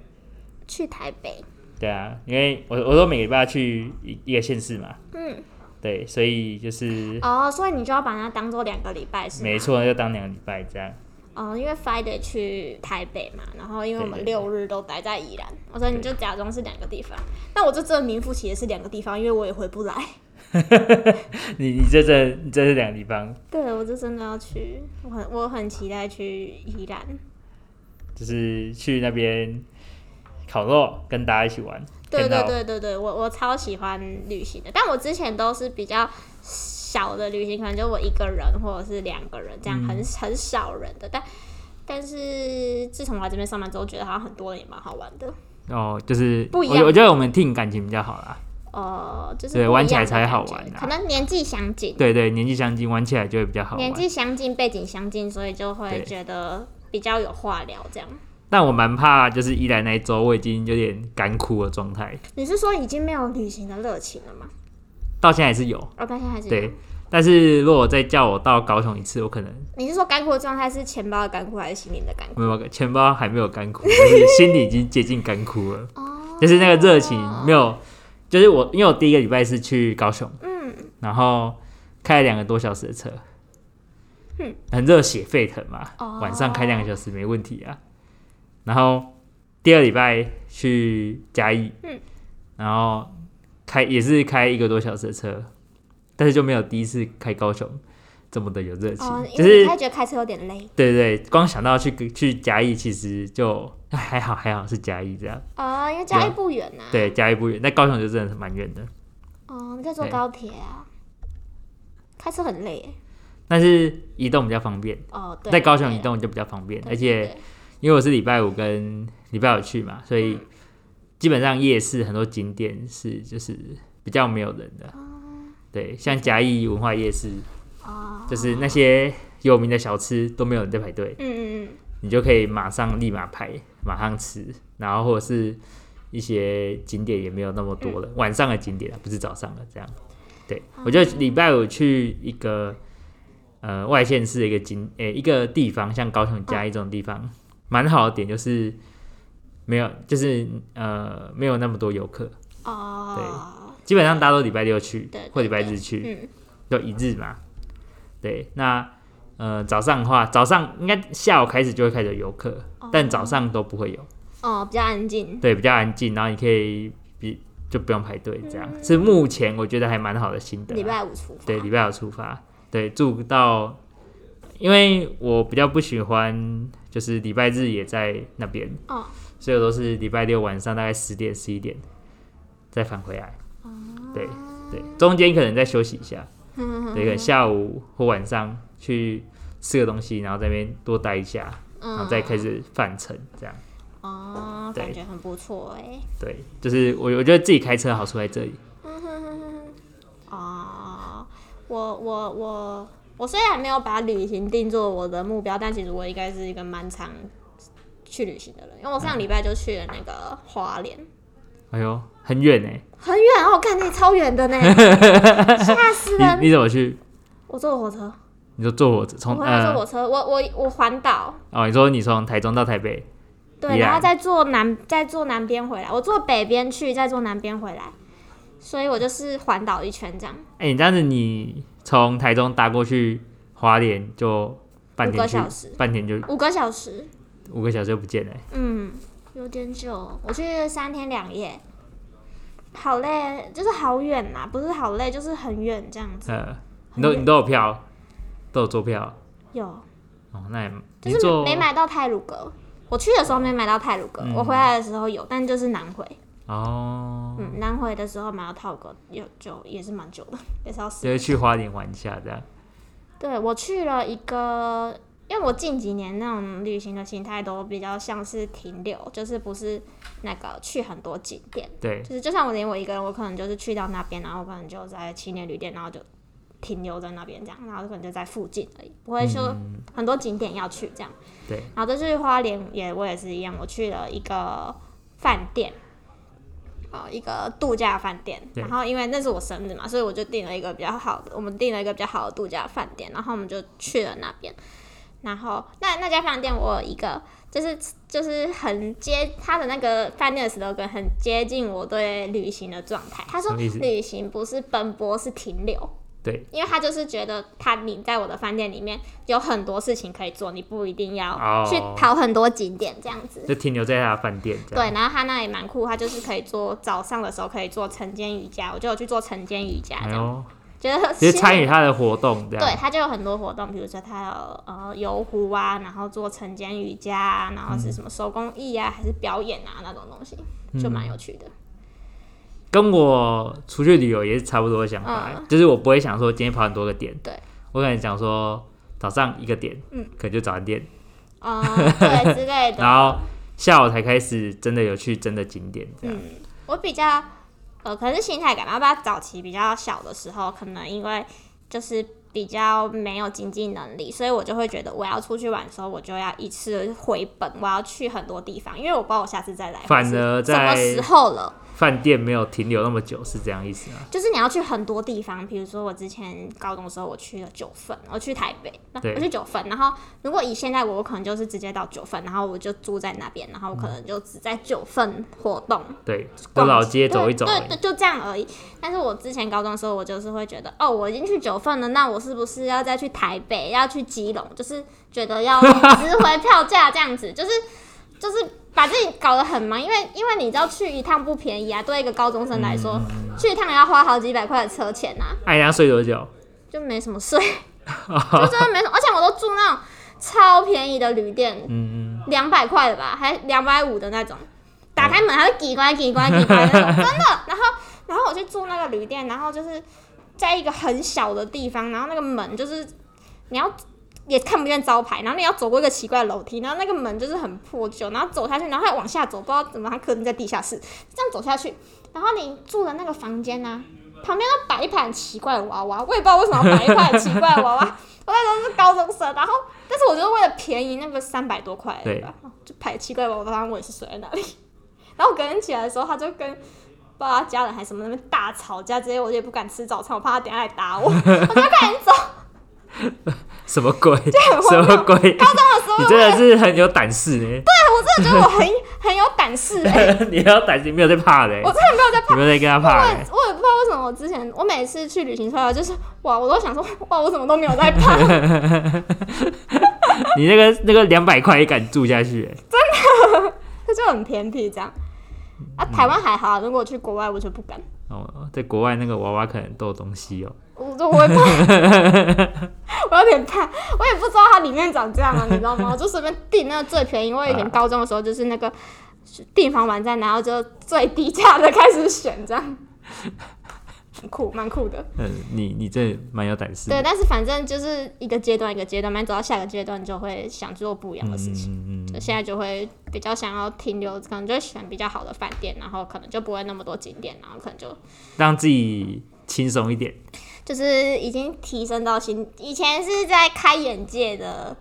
B: 去台北，
A: 对啊，因为我我都每个礼拜去一一个县市嘛，
B: 嗯，
A: 对，所以就是
B: 哦，所以你就要把它当做两个礼拜是吗
A: 没。错，就当两个礼拜这样。
B: 哦，因为 Friday 去台北嘛，然后因为我们
A: 对对
B: 六日都待在宜兰，我说你
A: 对
B: 就假装是两个地方，那我就真的名副其实是两个地方，因为我也回不来。
A: 你你这这你这是两个地方，
B: 对，我就真的要去，我很我很期待去宜兰。
A: 就是去那边烤肉，跟大家一起玩。
B: 对
A: 看
B: 对
A: 到
B: 对对对，我我超喜欢旅行的，但我之前都是比较小的旅行，可能就我一个人或者是两个人这样，
A: 嗯
B: 很很少人的。但但是自从我来这边上班之后，觉得好像很多人也蛮好玩的，
A: 哦，就是
B: 不一
A: 我
B: 样
A: 我觉得我们 team 感情比较好啦，
B: 呃，就是
A: 对
B: 不一
A: 玩起来
B: 样的
A: 才
B: 感
A: 好
B: 觉
A: 玩啊
B: 可能年纪相近，
A: 对对，年纪相近，玩起来就会比较好玩
B: 年。纪相近，背景相近，所以就会
A: 对
B: 觉得比较有话聊。这样，
A: 但我蛮怕，就是依然那一周我已经有点干枯的状态，
B: 你是说已经没有旅行的热情了吗？
A: 到现在还是有。
B: 哦，但现在还是有
A: 对，但是如果再叫我到高雄一次，我可能
B: 你是说干枯的状态是钱包的干枯还是心灵的干枯？
A: 没有钱包还没有干枯，就是心里已经接近干枯了，
B: 哦，
A: 就是那个热情没有。就是我，因为我第一个礼拜是去高雄，
B: 嗯，
A: 然后开了两个多小时的车，
B: 嗯，
A: 很热血沸腾嘛，
B: 哦
A: 晚上开两个小时没问题啊。然后第二礼拜去嘉义，
B: 嗯，
A: 然后开也是开一个多小时的车，但是就没有第一次开高雄这么的有热情，
B: 哦，
A: 就
B: 因为
A: 是
B: 你开始觉得开车有点累
A: 对对，对光想到去去嘉义，其实就 哎还好还好是嘉义这样，
B: 哦，因为嘉义
A: 有
B: 不远呐、啊。，
A: 对，嘉义不远，但高雄就真的是蛮远的。
B: 哦，你可以坐
A: 对
B: 高铁啊，开车很累耶。
A: 但是移动比较方便，
B: 哦，对，
A: 在高雄
B: 对
A: 移，动就比较方便，
B: 对
A: 而且
B: 对
A: 因为我是礼拜五跟礼拜五去嘛，所
B: 嗯
A: 以基本上夜市很多景点是就是比较没有人的。对，像嘉义文化夜市，
B: 哦，
A: 就是那些有名的小吃都没有人在排队，
B: 嗯嗯
A: 你就可以马上立马排，马上吃，然后或者是一些景点也没有那么多了，
B: 嗯
A: 晚上的景点啊不是早上的这样。对，
B: 哦
A: 我就礼拜五去一个呃外县市的一个景，诶、一个地方，像高雄嘉义这种地方，蛮、好的点就是没有，就是呃没有那么多游客，
B: 嗯，哦，
A: 基本上大家都礼拜六去
B: 对对
A: 或礼拜日去，
B: 嗯，
A: 就一日嘛。对，那呃早上的话，早上应该下午开始就会开始有游客，
B: 哦
A: 但早上都不会有，
B: 哦，比较安静，
A: 对，比较安静，然后你可以比就不用排队，这样、是目前我觉得还蛮好的心得啊、
B: 嗯礼拜五出发，
A: 对，礼拜五出发，对，住到，因为我比较不喜欢就是礼拜日也在那边，
B: 哦，
A: 所以我都是礼拜六晚上大概十点十一点再返回来，
B: 哦
A: 对对，中间可能再休息一下，
B: 嗯
A: 对，可能下午或晚上去吃个东西，然后在那边多待一下，
B: 嗯
A: 然后再开始返程，这样，
B: 哦，
A: 对
B: 感觉很不错哎，
A: 对，就是我我觉得自己开车的好处在这里，
B: 嗯哼哼哼哼 哦，我我我我虽然没有把旅行定做我的目标，但其实我应该是一个蛮常去旅行的人，因为我上礼拜就去了那个花莲，
A: 哎呦，很远哎、
B: 很远哦，看那超远 的呢，吓死人！
A: 你你怎么去？
B: 我坐火车，
A: 你说坐火车
B: 我
A: 从
B: 回来
A: 呃
B: 坐火车，我我我环岛，
A: 哦，你说你从台中到台北，
B: 对，
A: 宜兰
B: 然后再坐南再坐南边回来，我坐北边去，再坐南边回来，所以我就是环岛一圈这样，
A: 哎、你这样子你从台中搭过去花莲就半
B: 五
A: 天
B: 个
A: 去
B: 小时，
A: 半天就
B: 五个小时，
A: 五个小时就不见了欸、
B: 嗯，有点久，我去三天两夜，好累，就是好远呐、不是好累，就是很远这样子，
A: 呃，你都你都有票，都有坐票
B: 有，
A: 哦，那也你
B: 就是
A: 坐
B: 没没买到泰鲁阁，我去的时候没买到泰鲁阁，
A: 嗯
B: 我回来的时候有，但就是南回。
A: 哦，
B: 嗯，南回的时候买到套哥，有就也是蛮久的， 也是要
A: 就
B: 死。
A: 是去花莲玩一下这样，
B: 对我去了一个，因为我近几年那种旅行的形态都比较像是停留，就是不是那个去很多景点，
A: 对，
B: 就是就算我连我一个人，我可能就是去到那边，然后我可能就在青年旅店，然后就停留在那边这样，然后可能就在附近而已，不会说
A: 嗯
B: 很多景点要去这样。
A: 对，
B: 然后这次花莲也我也是一样，我去了一个饭店，呃，一个度假饭店。
A: 对
B: 然后因为那是我生日嘛，所以我就订了一个比较好的，我们订了一个比较好的度假饭店，然后我们就去了那边。然后那那家饭店我有一个就是就是很接他的那个饭店的 slogan 很接近我对旅行的状态。他说
A: 什么意思
B: 旅行不是奔波，是停留。
A: 对，
B: 因为他就是觉得他你在我的饭店里面有很多事情可以做，你不一定要
A: 哦
B: 去跑很多景点这样子。
A: 就停留在他的饭店这样，
B: 对，然后他那里蛮酷，他就是可以做早上的时候可以做晨间瑜伽，我就有去做晨间瑜伽，
A: 哎
B: 啊这样、
A: 呦，
B: 觉得
A: 其实参与他的活动这
B: 对
A: 样，，
B: 它就有很多活动，比如说它有呃游湖啊，然后做晨间瑜伽啊，然后是什么手工艺啊，还是表演啊那种东西，就
A: 嗯
B: 蛮有趣的。
A: 跟我出去旅游也是差不多的想法欸、就是我不会想说今天跑很多个点，
B: 嗯对
A: 我可能想说早上一个点，
B: 嗯，
A: 可能就早餐店。
B: 嗯、对 之类的。
A: 然后下午才开始真的有去真的景点这样。
B: 嗯，我比较呃，可能是心态改吧。爸爸早期比较小的时候，可能因为就是比较没有经济能力，所以我就会觉得我要出去玩的时候，我就要一次回本，我要去很多地方，因为我不知道我下次再来
A: 反
B: 会是
A: 而
B: 什么
A: 在
B: 时候了。
A: 饭店没有停留那么久，是这样意思啊吗？
B: 就是你要去很多地方，比如说我之前高中的时候，我去了九份，我去台北，那
A: 对
B: 我去九份，然后如果以现在我，我可能就是直接到九份，然后我就住在那边，然后我可能就只在九份活动，
A: 对，我
B: 逛
A: 老街走一
B: 对
A: 走而
B: 对
A: 已，
B: 对，就这样而已。但是我之前高中的时候，我就是会觉得，哦，我已经去九份了，那我是不是要再去台北，要去基隆？就是觉得要值回票价这样子，就是 就是把自己搞得很忙，因为因为你知道去一趟不便宜啊，对一个高中生来说，
A: 嗯
B: 去一趟也要花好几百块的车钱啊，
A: 哎，人家睡多久？ 嗯
B: 就没什么睡，就真的没什么。而且我都住那种超便宜的旅店，
A: 嗯嗯，
B: 两百块的吧，还两百五的那种，打开门还会叽呱叽呱叽呱那种，真的。然后，然后我去住那个旅店，然后就是在一个很小的地方，然后那个门就是你要也看不见招牌，然后你要走过一个奇怪的楼梯，然后那个门就是很破旧，然后走下去，然后还往下走，不知道怎么它客厅在地下室，这样走下去，然后你住的那个房间呢、旁边都摆一盘奇怪的娃娃，我也不知道为什么要摆一盘奇怪的娃娃。 我那时候是高中生，然后但是我就是为了便宜那个三百多块，
A: 对
B: 吧？哦就摆奇怪的娃娃，然后我也是睡在那里。 然后我隔天起来的时候，他就跟不知道他家人还是什么那边大吵架，直接我也不敢吃早餐，我怕他等一下来打我，我 就赶紧走。
A: 什么鬼？
B: 很
A: 什
B: 荒
A: 么鬼？
B: 高中的时候，
A: 你
B: 我
A: 真的是很有胆识呢、
B: 真的觉得我很很有胆识、欸，
A: 你要胆识，没有在怕的、欸
B: 我真的没有在
A: 你没有在跟他怕
B: 我
A: 的、欸
B: 也我也不知道为什么，我之前我每次去旅行社就是哇，我都想说哇，我怎么都没有在怕，
A: 你那个那个两百块也敢住下去、欸？
B: 这就很偏僻这样。啊，台湾还好啊，如果我去国外我就不敢，
A: 哦，在国外那个娃娃可能都有东西哦、
B: 我就我会怕，我有点怕，我也不知道它里面长这样啊，你知道吗？我就随便订那个最便宜，我以前高中的时候就是那个订房网站，然后就最低价的开始选这样，很酷，蛮酷的。
A: 嗯，你你这蛮有胆识的。嗯
B: 对，但是反正就是一个阶段一个阶段嘛，你走到下个阶段，你就会想做不一样的事情。
A: 嗯嗯
B: 就
A: 嗯，
B: 现在就会比较想要停留，可能就会选比较好的饭店，然后可能就不会那么多景点，然后可能就
A: 让自己轻松一点。
B: 就是已经提升到新，以前是在开眼界的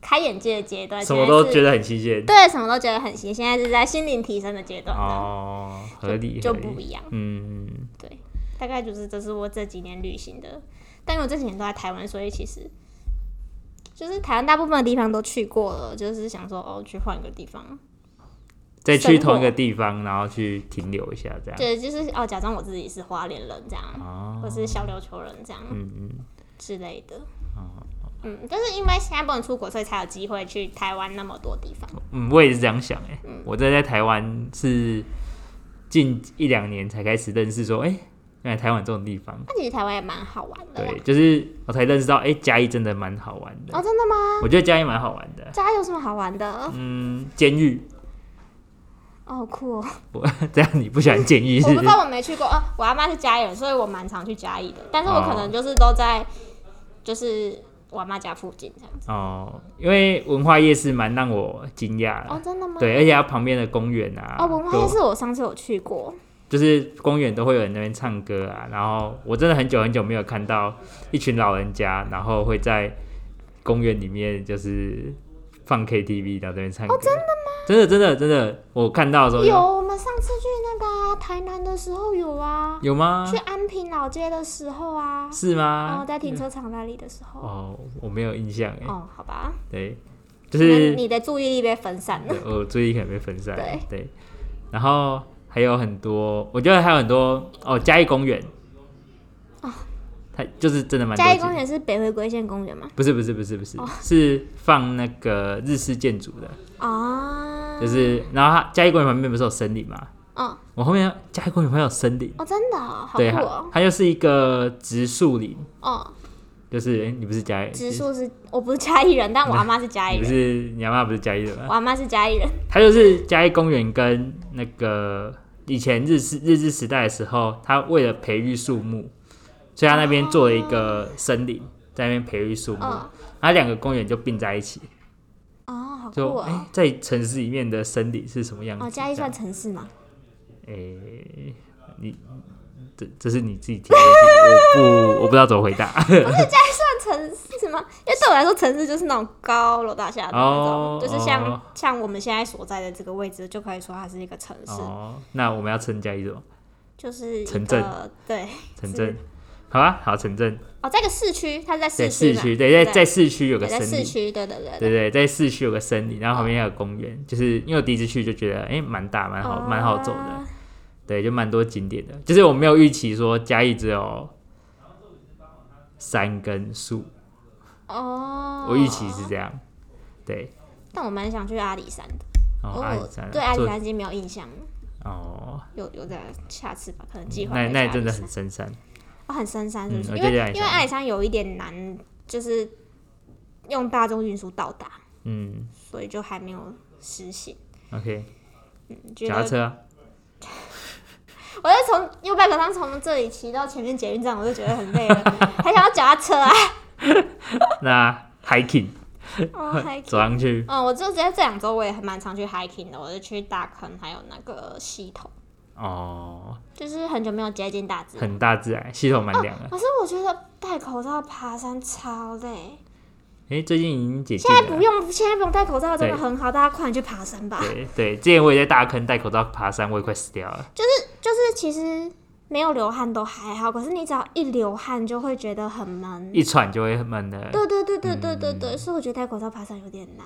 B: 开眼界的阶段，
A: 什么都
B: 现在是
A: 觉得很新鲜。
B: 对，什么都觉得很新，现在是在心灵提升的阶段了，
A: 哦，合理
B: 就
A: 合
B: 不
A: 理。
B: 一样。
A: 嗯，
B: 对，大概就是这是我这几年旅行的，但因为我这几年都在台湾，所以其实就是台湾大部分的地方都去过了，就是想说哦，去换一个地方，
A: 再去
B: 生活
A: 同一个地方，然后去停留一下，这样。
B: 对，就是哦，假装我自己是花莲人这样，
A: 哦，
B: 或是小琉球人这样
A: 嗯嗯，
B: 之类的。嗯，就是因为现在不能出国，所以才有机会去台湾那么多地方。
A: 嗯，我也是这样想哎、
B: 嗯
A: 我在在台湾是近一两年才开始认识说，哎、原来台湾有这种地方。
B: 那其实台湾也蛮好玩的啦。
A: 对，就是我才认识到，哎、嘉义真的蛮好玩的。
B: 哦，真的吗？
A: 我觉得嘉义蛮好玩的。
B: 家有什么好玩的？
A: 嗯，监狱，
B: 哦，好酷哦！
A: 我 这样你不喜欢监狱
B: 我
A: 是不
B: 不
A: 是？
B: 知 道，我没去过。哦，我阿妈是嘉义人，所以我蛮常去嘉义的。但是我
A: 哦
B: 可能就是都在，就是我阿妈家附近这样子。
A: 哦，因为文化夜市蛮让我惊讶的。
B: 哦，真的吗？。
A: 啊对，而且它旁边的公园啊，
B: 哦，文化
A: 都
B: 夜市我上次有去过。
A: 就是公园都会有人在那边唱歌啊，然后我真的很久很久没有看到一群老人家，然后会在公园里面就是放 KTV，然后在那边唱歌。哦，真的吗？真的真的真的，我看到的时候就
B: 有，我们上次去那个啊、台南的时候有啊，
A: 有吗
B: 去？安平老街的时候啊，
A: 是
B: 然
A: 吗
B: 后？在停车场那里的时候。
A: 哦，我没有印象哎。
B: 哦，好吧，
A: 对，就
B: 可
A: 是
B: 能你的注意力被分散了。
A: 对我注意力可能被分散了。对，然后还有很多，我觉得还有很多哦，嘉义公园。它就是真的蛮多
B: 哦嘉义
A: 景
B: 公
A: 点
B: 园是北回归线公园吗？
A: 不是不是不是不是，
B: 哦
A: 是放那个日式建筑的，
B: 啊，
A: 就是然后它嘉义公园旁边不是有森林嘛？
B: 嗯，
A: 我后面嘉义公园旁边有森林，
B: 哦，真的哦、好
A: 对，
B: 酷
A: 它
B: 哦、
A: 它就是一个植树林，
B: 哦，
A: 就是、诶你不是嘉义，
B: 植树是我不是嘉义人，但我阿妈是嘉
A: 你
B: 义
A: 不
B: 人，
A: 是你阿妈不是嘉义的吗
B: 我？阿妈是嘉义人。
A: 它就是嘉义公园跟那个以前日式日治时代的时候，它为了培育树木，所以它那边做了一个森林，在那边培育树木，
B: 嗯
A: 它两个公园就并在一起，
B: 哦，好酷
A: 就
B: 哦、
A: 哎、诶在城市里面的森林是什么样子？
B: 哦，嘉义
A: 这样
B: 算城市吗？
A: 诶、你这这是你自己提的问题，我不我不知道怎么回答。
B: 不 是加算城市吗？因为对我来说，城市就是那种高楼大厦的那种，
A: 哦
B: 就是像、
A: 哦
B: 像我们现在所在的这个位置，就可以说它是一个城市，
A: 哦，那我们要称加一什么？
B: 就是一
A: 城
B: 个对
A: 城
B: 是
A: 镇，好啊，好城镇，
B: 哦，在一个市区，它是在
A: 在
B: 市
A: 市
B: 嘛
A: 区，对，在
B: 对
A: 在市区有个
B: 对在
A: 森
B: 市
A: 林，
B: 区，哦对对对
A: 对对，在市区有个森林，然后旁边还有公园，就是因为我第一次去就觉得，哎、蛮大，蛮
B: 哦
A: 好，蛮好走的，
B: 啊
A: 对，就蛮多景点的。就是我没有预期说嘉义只有三根树，
B: 哦，
A: 我预期是这样，对，
B: 但我蛮想去阿里山的，
A: 哦，
B: 我
A: 阿里山，
B: 对阿里
A: 坐，
B: 山已经没有印象了，
A: 哦，
B: 有有在下次吧，可能计划
A: 那
B: 再去
A: 那
B: 阿
A: 真
B: 里
A: 的
B: 山
A: 很深山，
B: 哦，很深山是不是？
A: 嗯
B: 因
A: 我觉得阿
B: 为
A: 里山
B: 因为阿里山有一点难，就是用大众运输到达，
A: 嗯
B: 所以就还没有实行。
A: ，OK，
B: 嗯觉
A: 脚踏
B: 得
A: 车、啊，
B: 我就从 U bike 上从这里骑到前面捷运站，我就觉得很累了， 还想要脚踏车啊！
A: 那 hiking
B: 哦 hiking
A: 走上去，
B: 嗯，我就直接这两周我也还蛮常去 hiking 的，我就去大坑，还有那个溪头，
A: 哦，
B: 就是很久没有接近大 自然。
A: 很大自然，系统蛮凉的。
B: 可是我觉得戴口罩爬山超累，
A: 哎、最近已经解禁
B: 现在
A: 了
B: 不。用，现在不用戴口罩真的
A: 啊对
B: 很好，大家快点去爬山吧。
A: 对对，之前我也在大坑戴口罩爬山，我也快死掉了。
B: 就是其实没有流汗都还好，可是你只要一流汗就会觉得很闷。
A: 一嗯喘就会闷的。
B: 对对对对对对对，所以我觉得戴口罩爬山有点难。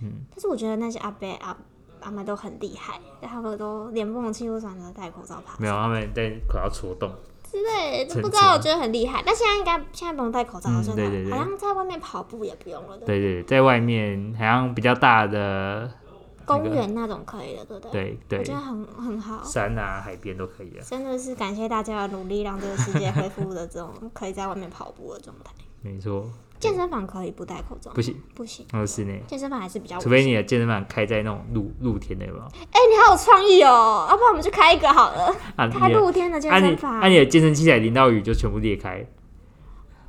B: 嗯，但是我觉得那些阿伯阿阿妈都很厉害，他们都连蹦气都转的戴口罩爬
A: 没有，他们在口罩戳洞。
B: 之类的，
A: 嗯真
B: 不知道我
A: 真
B: 觉得很厉害。但现在应该现在不用戴口罩了，
A: 嗯
B: 真
A: 对对
B: 的，
A: 对
B: 好像在外面跑步也不用了，对不对
A: 对对，在外面好像比较大的，
B: 公园那种可以的，对不对？
A: 对
B: 我
A: 对
B: 觉，得很很好。
A: 山啊、海边都可以啊，
B: 真的是感谢大家的努力，让这个世界恢复了这种可以在外面跑步的状态。
A: 没错。
B: 健身房可以不戴口罩吗？
A: 不行，
B: 不行，
A: 那是室内，
B: 健身房还是比较危
A: 除
B: 险。
A: 非你的健身房开在那种露露天的，有没有？
B: 哎、你好有创意哦，要不然我们就开一个好了，
A: 啊，
B: 开
A: 你的
B: 露天的健
A: 啊
B: 身
A: 你
B: 房。
A: 啊你的健身器材淋到雨就全部裂开，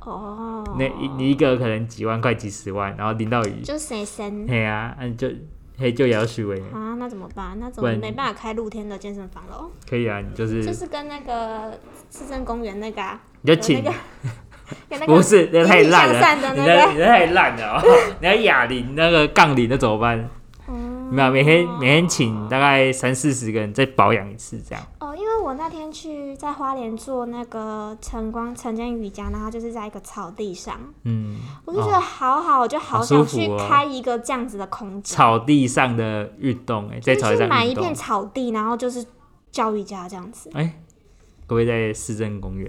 B: 哦，
A: 那一你一个可能几万块、几十万，然后淋到雨，
B: 就谁先
A: 嘿啊，啊你就嘿就也要欸虚伪，
B: 啊？那怎么办？那怎
A: 不
B: 么
A: 然
B: 没办法开露天的健身房喽？
A: 可以啊，你就
B: 就是是跟那个市政公园那个、啊，
A: 你就
B: 有那
A: 请
B: 个 有那个
A: 不是，那太烂
B: 引体向上
A: 了，你
B: 的那个
A: 那你那太烂了，好不好 你要哑铃那个杠铃那怎么办？
B: 嗯
A: 没有，啊每天每天请大概三四十个人再保养一次，这样
B: 哦，因为我那天去在花莲做那个晨光晨间瑜伽，然后就是在一个草地上，
A: 嗯，
B: 我就觉得
A: 哦
B: 好好，我就好
A: 好
B: 想
A: 舒服
B: 去
A: 哦
B: 开一个这样子的空间。
A: 草地上的运动，哎，在
B: 就
A: 草地
B: 是买
A: 上
B: 一
A: 运动
B: 片，草地，然后就是教瑜伽这样 子。
A: 哎，可不可以在市政公园？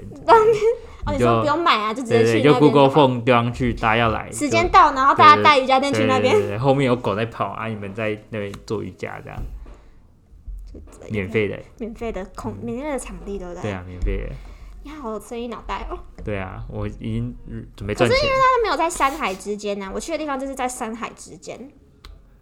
B: 哦，你
A: 就
B: 说不用买啊，就直接
A: 对对，
B: 去
A: 就
B: 那边
A: Google
B: 就好。
A: Phone 丢上去，大家要来，
B: 时
A: 就
B: 间到，然后大家带瑜伽垫去那，
A: 对
B: 边。
A: 对对对对后面有狗在跑啊，你们在那边做瑜伽这样，免费的，
B: 免费的空，免费的场地，对不对？
A: 对啊，免费的，
B: 你好有生意脑袋哦。
A: 对啊，我已经准备赚钱了，
B: 它没有在山海之间呢、啊我去的地方就是在山海之间。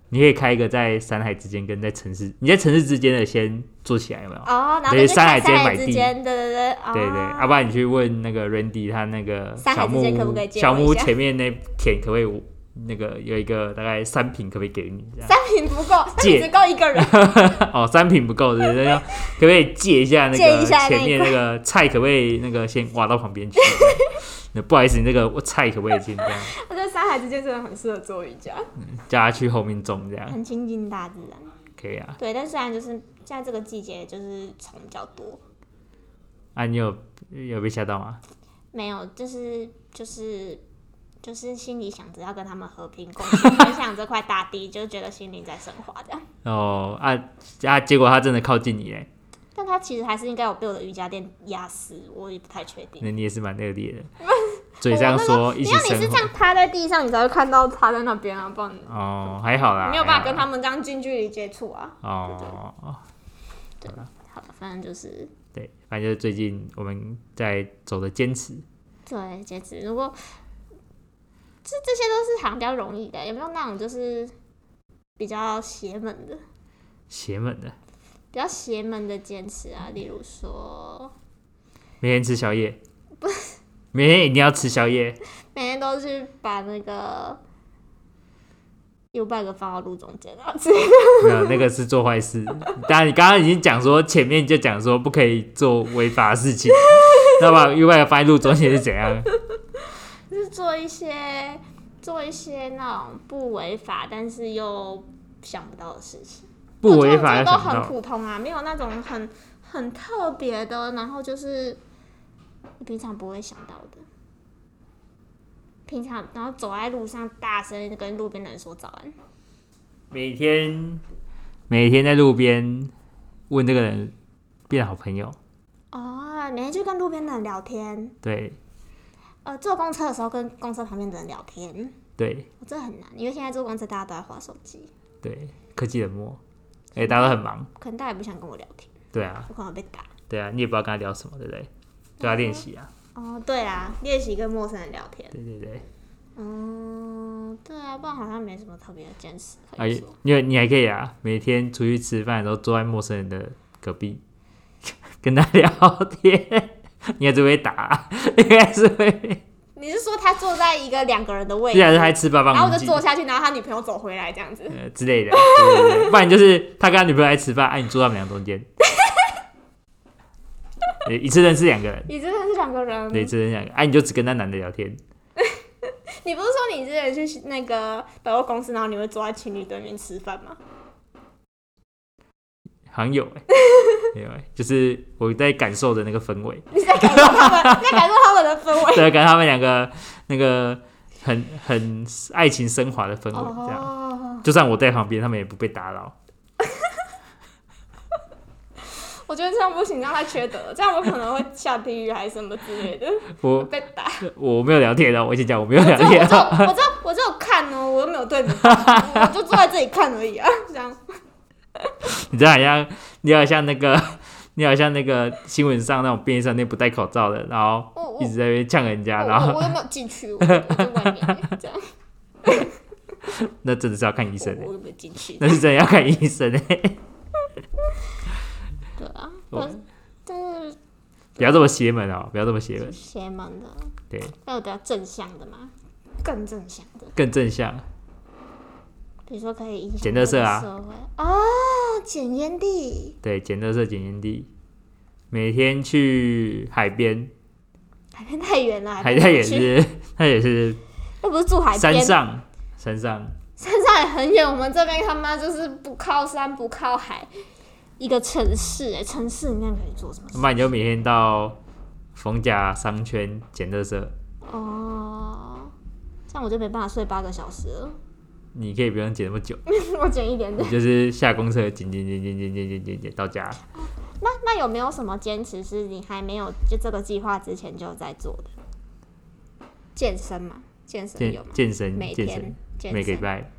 A: 你可以开一个在山海之间跟在城市，你在城市之间的先做起来有没有？
B: 哦，然后
A: 对
B: 就是
A: 山海之
B: 山
A: 间
B: 海
A: 买
B: 之
A: 地
B: 间，对对对，哦、
A: 对啊对，要、不然你去问那个 Randy 他那个
B: 山
A: 小
B: 海之
A: 木
B: 间
A: 屋，
B: 可不可以借
A: 小
B: 我一
A: 木屋
B: 下
A: 前面那田可不可以那个有一个大概三平可不可以给你这样？
B: 三瓶不够，那你
A: 借
B: 只够一 个人，
A: 哦，三平不够，对不对？要可不可以借一下那
B: 借一
A: 个
B: 下那一
A: 前面那个菜可不可以那个先挖到旁边去？ 那不好意思，你那个菜可不可以先这样
B: 我觉得山海之间真的很适合做瑜伽，
A: 叫他去后面种这样？
B: 很亲近大自然。
A: 可以啊。
B: 对，但虽然就是现在这个季节就是虫比较多，
A: 啊，你有有被吓到吗？
B: 没有，就是就是就是心里想着要跟他们和平共处，分享这块大地，就觉得心灵在升华这样。
A: 哦啊啊！结果他真的靠近你嘞，
B: 但他其实还是应该有被我的瑜伽垫压死，我也不太确定。
A: 那你也是蛮恶劣 的。嘴上说一
B: 你
A: 起
B: 要你是
A: 生
B: 这
A: 活
B: 样趴在地上，你才会看到他在那边啊，不然你
A: 哦，还好啦，
B: 没有办
A: 还好
B: 法跟
A: 啦
B: 他们这样近距离接触啊。
A: 哦，
B: 好了，反正就是
A: 对，反正就是最近我们在走的坚持，
B: 对，截止。如果这这些都是好像比较容易的，有没有那种就是比较邪门的、
A: 邪门的，
B: 比较邪门的坚持啊？例如说，
A: 每天吃宵夜，每天一定要吃宵夜，
B: 每天都去把那个 U bike 放到路中间啊之类的。
A: 没 有，那个是做坏事。当然，你刚刚已经讲说，前面就讲说不可以做违法的事 情，那把 U bike 放在路中间是怎样？
B: 就是做一些做一些那种不违法，但是又想不到的事情。
A: 不违法
B: 我
A: 要想
B: 通常都很
A: 到，
B: 普通啊，没有那种很很特别的，然后就是平常不会想到的。平常，然后走在路上，大声地跟路边的人说早安。
A: 每天每天在路边问这个人变好朋友，
B: 哦，每天就跟路边的人聊天，
A: 对
B: 呃，坐公车的时候跟公车旁边的人聊天，
A: 对
B: 我、这很难，因为现在坐公车大家都在划手机，
A: 对，科技冷漠，哎、大家都很忙，
B: 可能大家也不想跟我聊天，
A: 对啊
B: 我可能会被打。
A: 对啊，你也不知道跟他聊什么，对不对？对他练习啊，
B: 哦，对啊，练习跟陌生人聊天。
A: 对对对，
B: 嗯，对啊，不然好像没什么特别的坚持可
A: 哎
B: 以做。，
A: 因为你还可以啊，每天出去吃饭的时候坐在陌生人的隔壁， 跟他聊天， 你还是会打， 应该是会，
B: 你是说他坐在一个两个人的位
A: 既然
B: 置，
A: 是还吃八
B: 然后
A: 方云
B: 我就
A: 集
B: 坐下去，然后他女朋友走回来这样子？
A: 呃之类的，对对对不然就是他跟他女朋友来吃饭，哎、你坐到我们俩中间，对一次认识两个人，
B: 你真的是两个人？
A: 对，一次认识两个，哎、你就只跟那男的聊天，
B: 你不是说你之前去那个百货公司，然后你会坐在情侣对面吃饭吗？
A: 好像有哎、没有哎、就是我在感受的那个氛围。
B: 你在感受他们，你在感受他们的氛围。
A: 对，跟他们两个那个很很爱情升华的氛 围，这样。
B: 哦，
A: 就算我在旁边，他们也不被打扰。
B: 我觉得这样不行，让他缺德，这样我可能会下地狱还是什么之类的，
A: 我
B: 被打。
A: 我没有聊天哦，我已经讲我没有
B: 我
A: 聊
B: 只有
A: 天
B: 我只有
A: 哦。
B: 我只有我只有看哦，我又没有对你打，我就坐在这里看而已啊，这样。
A: 你这样好像，你好像那个，你好像那个新闻上那种便利商店不戴口罩的，然后
B: 我我
A: 一直在那边呛人家，
B: 我
A: 然
B: 我
A: 后
B: 我有没有进去？我我在外面这样，
A: 那真的 是要看医生
B: 我
A: 欸
B: 我有没有进去？
A: 那是真的要看医生哎，
B: 对啊，
A: 我
B: 我这是
A: 不要这么邪门哦，不要这么邪门，
B: 邪门的，
A: 对，
B: 还有比较正向的嘛，更正向的，
A: 更正向。
B: 比如说可以影响
A: 捡垃圾啊
B: 这个社会哦，捡烟蒂，
A: 对，捡垃圾、捡烟蒂，每天去海边，
B: 海边太远了，
A: 海
B: 边
A: 边也
B: 不去，
A: 是，他也是
B: 又不是住海
A: 山
B: 边，
A: 上，山上，
B: 山上也很远，我们这边他妈就是不靠山不靠海，一个城市哎，城市里面可以做什么事？
A: 那你就每天到逢甲商圈捡垃圾，
B: 哦，这样我就没办法睡八个小时了，
A: 你可以不用捡那么久，
B: 我捡一点点
A: 你。就是下公车捡捡捡捡捡捡捡捡捡到 家。
B: 那那有没有什么坚持是你还没有就这个计划之前就在做的？健身嘛，健身有
A: 健
B: 吗？
A: 健身
B: 哎每
A: 健
B: 天
A: 身，
B: 健
A: 每个礼
B: 身
A: 拜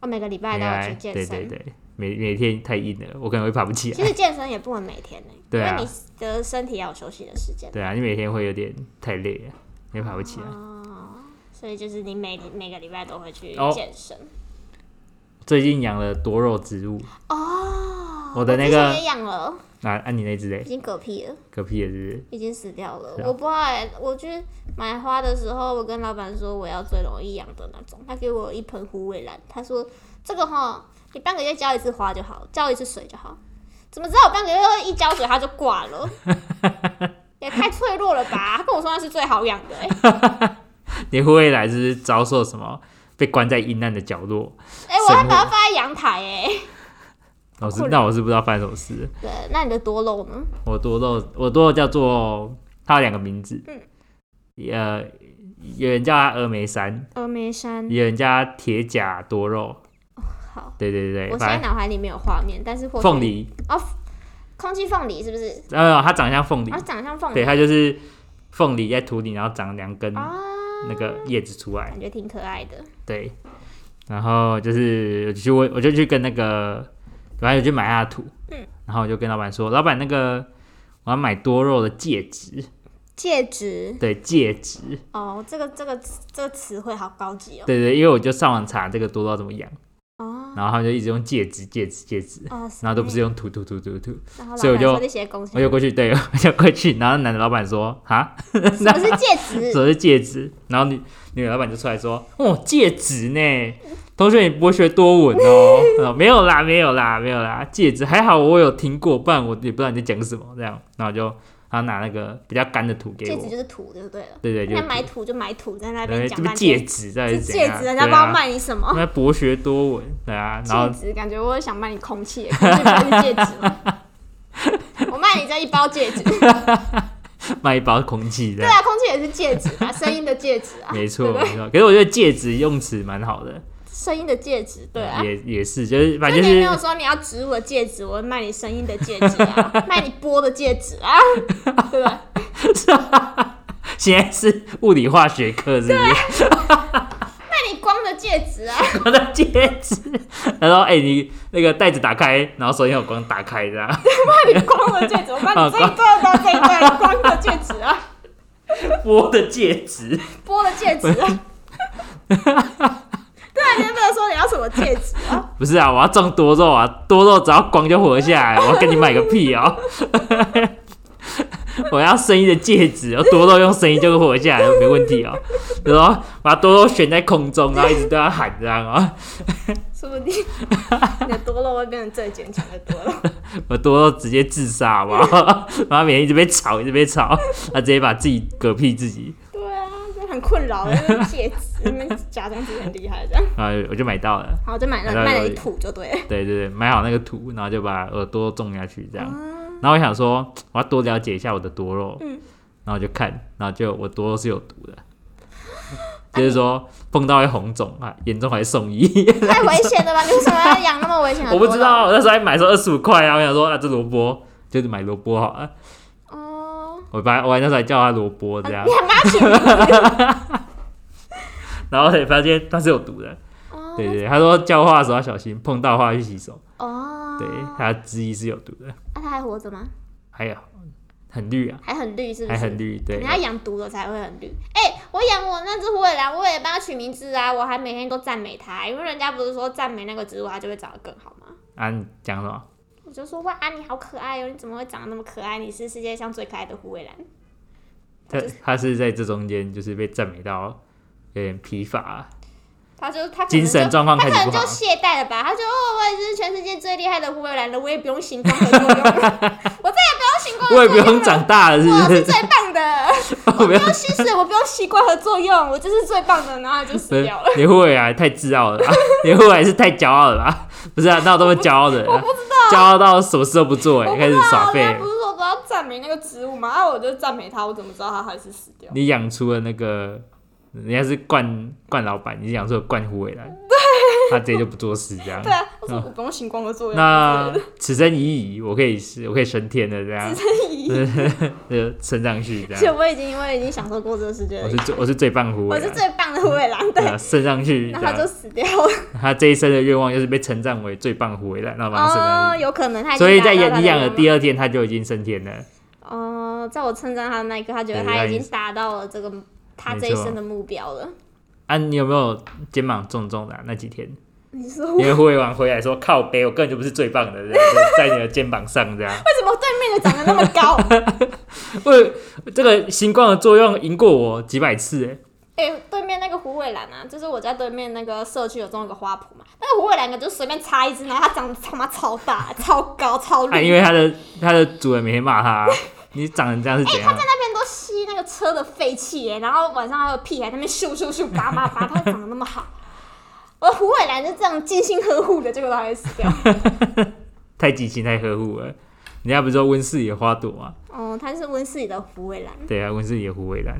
B: 哦，每个礼拜
A: 每
B: 都
A: 个
B: 要去
A: 拜，
B: 健
A: 对对
B: 身。
A: 对，每每天太硬了，我可能会爬不起
B: 其
A: 来。
B: 实健身也不能每天呢、欸因
A: 对啊
B: 为你的身体要有休息的时间。 欸
A: 对啊，你每天会有点太累了，你会爬不起来。
B: 哦，所以就是你每每个礼拜都会去
A: 哦
B: 健身
A: 最近养了多肉植物，
B: 哦。
A: 我的那
B: 之前
A: 个
B: 也养了，
A: 啊，按你那只
B: 已
A: 嘞，
B: 经嗝屁了。
A: 嗝屁也是
B: 已经死掉了
A: 是。啊
B: 我不知道、欸，我去买花的时候，我跟老板说我要最容易养的那种，他给我一盆虎尾兰，他说这个哈，你半个月浇一次花就好，浇一次水就好。怎么知道我半个月一浇水它就挂 了？也太脆弱了吧！他跟我说那是最好养的、欸，
A: 不是，你会来是不是遭受什么？被关在阴暗的角落，
B: 哎、我还
A: 神
B: 把它放在阳台、欸，
A: 那我是
B: 困
A: 那我是不知道发生什么事了。
B: 对，那你的多肉呢？
A: 我多肉，我多肉叫做它有两个名字，
B: 嗯
A: 呃，有人叫它峨眉山，
B: 峨眉山，
A: 有人叫它铁甲多肉，
B: 好，
A: 对对对对，
B: 我现在
A: 反正
B: 脑海里没有画面，但是
A: 哎
B: 或许哦
A: 凤梨，
B: 空气凤梨是不是？
A: 呃，它长得像凤梨
B: 啊，，长得像凤梨
A: 对，它就是凤梨在土里，然后长两根
B: 啊，
A: 那个叶子出来，
B: 感觉挺可爱的。
A: 对，然后就是我就去问，我就去跟那个，反正我去买它的土，
B: 嗯
A: 然后我就跟老板说，老板那个我要买多肉的戒指，
B: 戒指
A: 对，戒指，
B: 哦，这个这个这个词汇好高级哦。
A: 对对，因为我就上网查这个多肉怎么养。
B: 哦，
A: 然后他们就一直用戒指、戒指、戒指，
B: 啊，
A: 然后都不是用涂涂涂涂涂，
B: 然后老
A: 所以我
B: 板
A: 就
B: 说这些工
A: 我
B: 钱，
A: 就过去，对，我就过去，然后男的老板说 啊，
B: 什么是戒 指？
A: 手是戒指，然后女女老板就出来说，哦，戒指呢，同学你博学多闻哦，哦没有啦，没有啦，没有啦，戒指还好我有听过，不然我也不知道你在讲什么这样，然后我就他拿那个比较干的图给
B: 戒
A: 我
B: 指，就是土就对了。
A: 对对，就
B: 那
A: 是
B: 买土就买土，在那边
A: 对，
B: 讲
A: 这个
B: 半
A: 戒
B: 天，
A: 指到底
B: 这
A: 是怎
B: 戒
A: 样？
B: 指人家
A: 对
B: 不知道
A: 啊
B: 卖你什么。
A: 那博学多闻，对啊， 然
B: 戒
A: 后
B: 指，感觉我也想卖你空气耶，空气不是戒指吗？ 我卖你这一包戒指，对
A: 卖一包空气这样，
B: 啊，空气也是戒指 啊，声音的戒指啊，
A: 没错没错。可是我觉得戒指用词蛮好的，
B: 声音的戒指，对啊。
A: 也也是，就是反
B: 就
A: 正
B: 你
A: 就
B: 也没有
A: 是
B: 说你要植物的戒指，我会卖你声音的戒指 啊，卖你波的戒指啊，对吧？
A: 现在是物理化学课，是不是？
B: 卖你光的戒指啊，
A: 我的戒指， 他说：“哎、你那个袋子打开，然后手电筒光打开这样。
B: 卖你光的戒指，我帮你这一段到这一段光的戒指啊，”
A: 我的戒指，
B: 波的戒指啊。 对啊，你有没有说你要什么戒指啊？
A: 不是啊，我要种多肉啊，多肉只要光就活下来，我要跟你买个屁哦！ 我要生意的戒指，我多肉用声音就活下来，没问题哦。然后把多肉悬在空中，然后一直对它喊这样哦，
B: 说不定 你的多肉会变成最坚强的多 肉。
A: 我多肉直接自杀好不 好？然后每天一直被吵，一直被吵，它直接把自己嗝屁自己，
B: 对啊，就很困扰，因为戒指，因为假装自己很厉害这样。
A: 然后我就买到了。
B: 好，就买了
A: 那
B: 卖
A: 有
B: 了一土就对了。
A: 对对对，买好那个土，然后就把耳朵种下去，这样。
B: 啊，
A: 然后我想说，我要多了解一下我的多肉，
B: 嗯
A: 然后就看，然后就我多肉是有毒 的，就是说碰到会红肿啊，严重还送医。
B: 太危险了吧？你为什么要养那么危险的
A: 我
B: 多肉？
A: 不知道，我那时候还买说二十五块啊，我想说啊，这萝卜就是买萝卜好了，
B: 哦，
A: 我把我还那时候还叫它萝卜这样
B: 你，还把它取名字？
A: 然后才发现它是有毒的。
B: 哦
A: 对对，他说叫话的时候要小心，碰到的话要去洗手。
B: 哦，
A: 对，它之一是有毒的，
B: 那它还活着吗？
A: 还有很绿啊，
B: 还很绿是不
A: 还
B: 是？
A: 很绿，对
B: 你。要养毒了才会很绿。哎、我养我那只虎尾兰，我也帮它取名字啊，我还每天都赞美它，因为人家不是说赞美那个植物，它就会长得更好吗？
A: 啊，你讲什么？
B: 我就说哇，你好可爱哦！你怎么会长得那么可爱？你是世界上最可爱的虎尾兰。
A: 他他是在这中间就是被赞美到有点疲乏，啊
B: 他就他可能
A: 精神
B: 就
A: 状况
B: 他
A: 开
B: 可
A: 始
B: 能
A: 不
B: 就
A: 好。
B: 懈怠了吧？他就哦，我也是全世界最厉害的虎尾兰了，我也不用行光合作用了， 我再也不用行光合
A: 我也不
B: 作用
A: 用
B: 了。
A: 长大了，是
B: 我
A: 不
B: 是
A: 是？
B: 最棒的，
A: 我不
B: 不
A: 要，
B: 用吸水，我不用吸光合作用，我就是最棒的，然后他就死掉了。
A: 你会伟啊，太自傲了 吧？你会伟是太骄傲了吧？ 不是啊，那我都会骄傲的人啊， 骄傲到什么事都不做、
B: 我
A: 欸，
B: 不
A: 开
B: 知
A: 始耍
B: 道，啊人
A: 废
B: 家不。是说都要赞美那个植物吗？啊，我就赞美它，我怎么知道它还是死掉？
A: 你养出了那个，人家是冠冠老板，你养出了冠虎伟来，他直接就不做事这样
B: 对。啊，我说我不用行光合作用。
A: 嗯那此生已矣，我可以 是，我可以升天的这样，
B: 所以
A: 呃，升上去这
B: 其实
A: 样。
B: 我已经我已经享受过这个世界
A: 我
B: 了
A: 是，最我是最棒虎
B: 我
A: 伟
B: 是
A: 啊，
B: 最棒的虎尾狼，对
A: 对，啊，升上去这
B: 然
A: 样。
B: 后他就死掉了。
A: 他这一生的愿望就是被称赞为最棒回来，那把他升上
B: 哦，
A: 去。
B: 有可能他已经
A: 所以在
B: 达到他
A: 你养的
B: 愿望
A: 第二天，他就已经升天了。
B: 哦，在我称赞他的那一刻，他觉得
A: 对
B: 他
A: 他
B: 已
A: 已
B: 经达到了这个他
A: 没
B: 这一
A: 错
B: 生的目标了。
A: 啊，你有没有肩膀重重的啊、那几 天？
B: 你说
A: 因
B: 为
A: 为护卫王回来说靠背，我根本就不是最棒的， 这样就在你的肩膀上这样。
B: 什么对面的长得那么高？
A: 我这个星光的作用赢过我几百次哎、
B: 哎、对面那个虎尾兰啊，就是我家对面那个社区有种一个花圃嘛，那个虎尾兰就随便插一只，然后它长得他妈超大、超高、超绿。
A: 啊，因为他的他的主人每天骂 他，啊你长成这样是怎样？
B: 那边都吸那个车的废气耶，然后晚上还有屁孩在那边咻咻咻拔拔拔，它长得那么好，我的虎尾兰就这样精心呵护的，结果它还死 掉。
A: 太激情太呵护了。人家不是说温室里的花朵吗？
B: 哦，它是温室里的虎尾兰，
A: 对啊，温室里的护卫兰。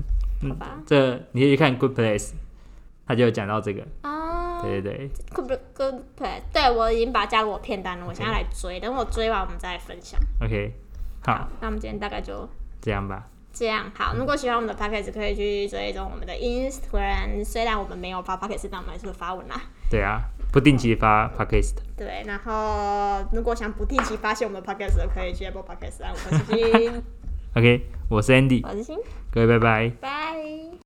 B: 好吧？
A: 这你可以去看《Good Place》，他就有讲到这个。
B: 啊、
A: 对对对，
B: Good Good Play，对呃我已经把加入我片单了，我现在来追，等我追完我们再来分享。
A: OK，好，
B: 那我们今天大概就
A: 这样吧。
B: 这样。好，如果喜欢我们的 podcast，可以去追踪我们的 Instagram，虽然我们没有发 podcast，但我们还是会发文啦。
A: 对啊，不定期发 Podcast。
B: 对，然后如果想不定期发现我们的 podcast，的可以去 Apple Podcast 按五颗星星。
A: OK，我是 Andy，
B: 我是星，
A: 各位拜拜。
B: 拜。